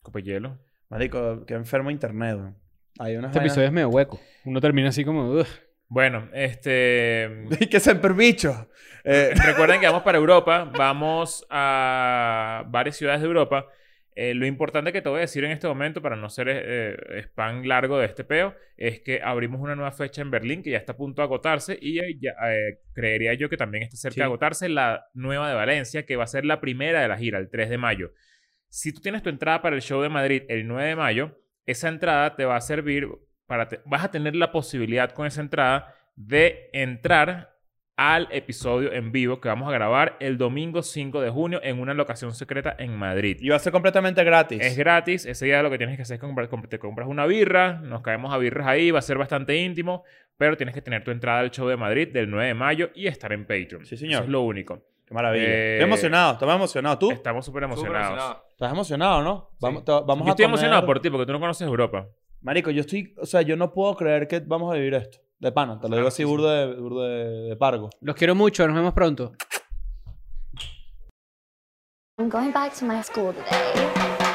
Copayelo.
Marico, qué enfermo internet, weón. Hay unas
Este
vainas-
episodio es medio hueco. Uno termina así como... "Ugh".
Bueno, este...
Y que sean perbichos. Eh,
Recuerden que vamos para Europa, vamos a varias ciudades de Europa. Eh, lo importante que te voy a decir en este momento, para no ser eh, spam largo de este peo, es que abrimos una nueva fecha en Berlín que ya está a punto de agotarse y eh, ya, eh, creería yo que también está cerca
Sí.
de agotarse la nueva de Valencia, que va a ser la primera de la gira, el 3 de mayo. Si tú tienes tu entrada para el show de Madrid el 9 de mayo, esa entrada te va a servir para... te- vas a tener la posibilidad con esa entrada de entrar al episodio en vivo que vamos a grabar el domingo 5 de junio en una locación secreta en Madrid.
y va a ser completamente gratis.
Es gratis, ese día lo que tienes que hacer es comprar, comp- te compras una birra, nos caemos a birras ahí, va a ser bastante íntimo, pero tienes que tener tu entrada al show de Madrid del 9 de mayo y estar en Patreon.
Sí, señor.
Eso es lo único.
Qué maravilla.
Eh,
Estoy emocionado, estamos emocionados. ¿Tú?
Estamos súper emocionados.
Estás emocionado, ¿no? Vamos, te- vamos
Yo
a
estoy
comer-
emocionado por ti porque tú no conoces Europa.
Marico, yo estoy... O sea, yo no puedo creer que vamos a vivir esto. De pana, te lo digo así burdo de, burdo de, de pargo.
Los quiero mucho. Nos vemos pronto.
I'm going back to my school today.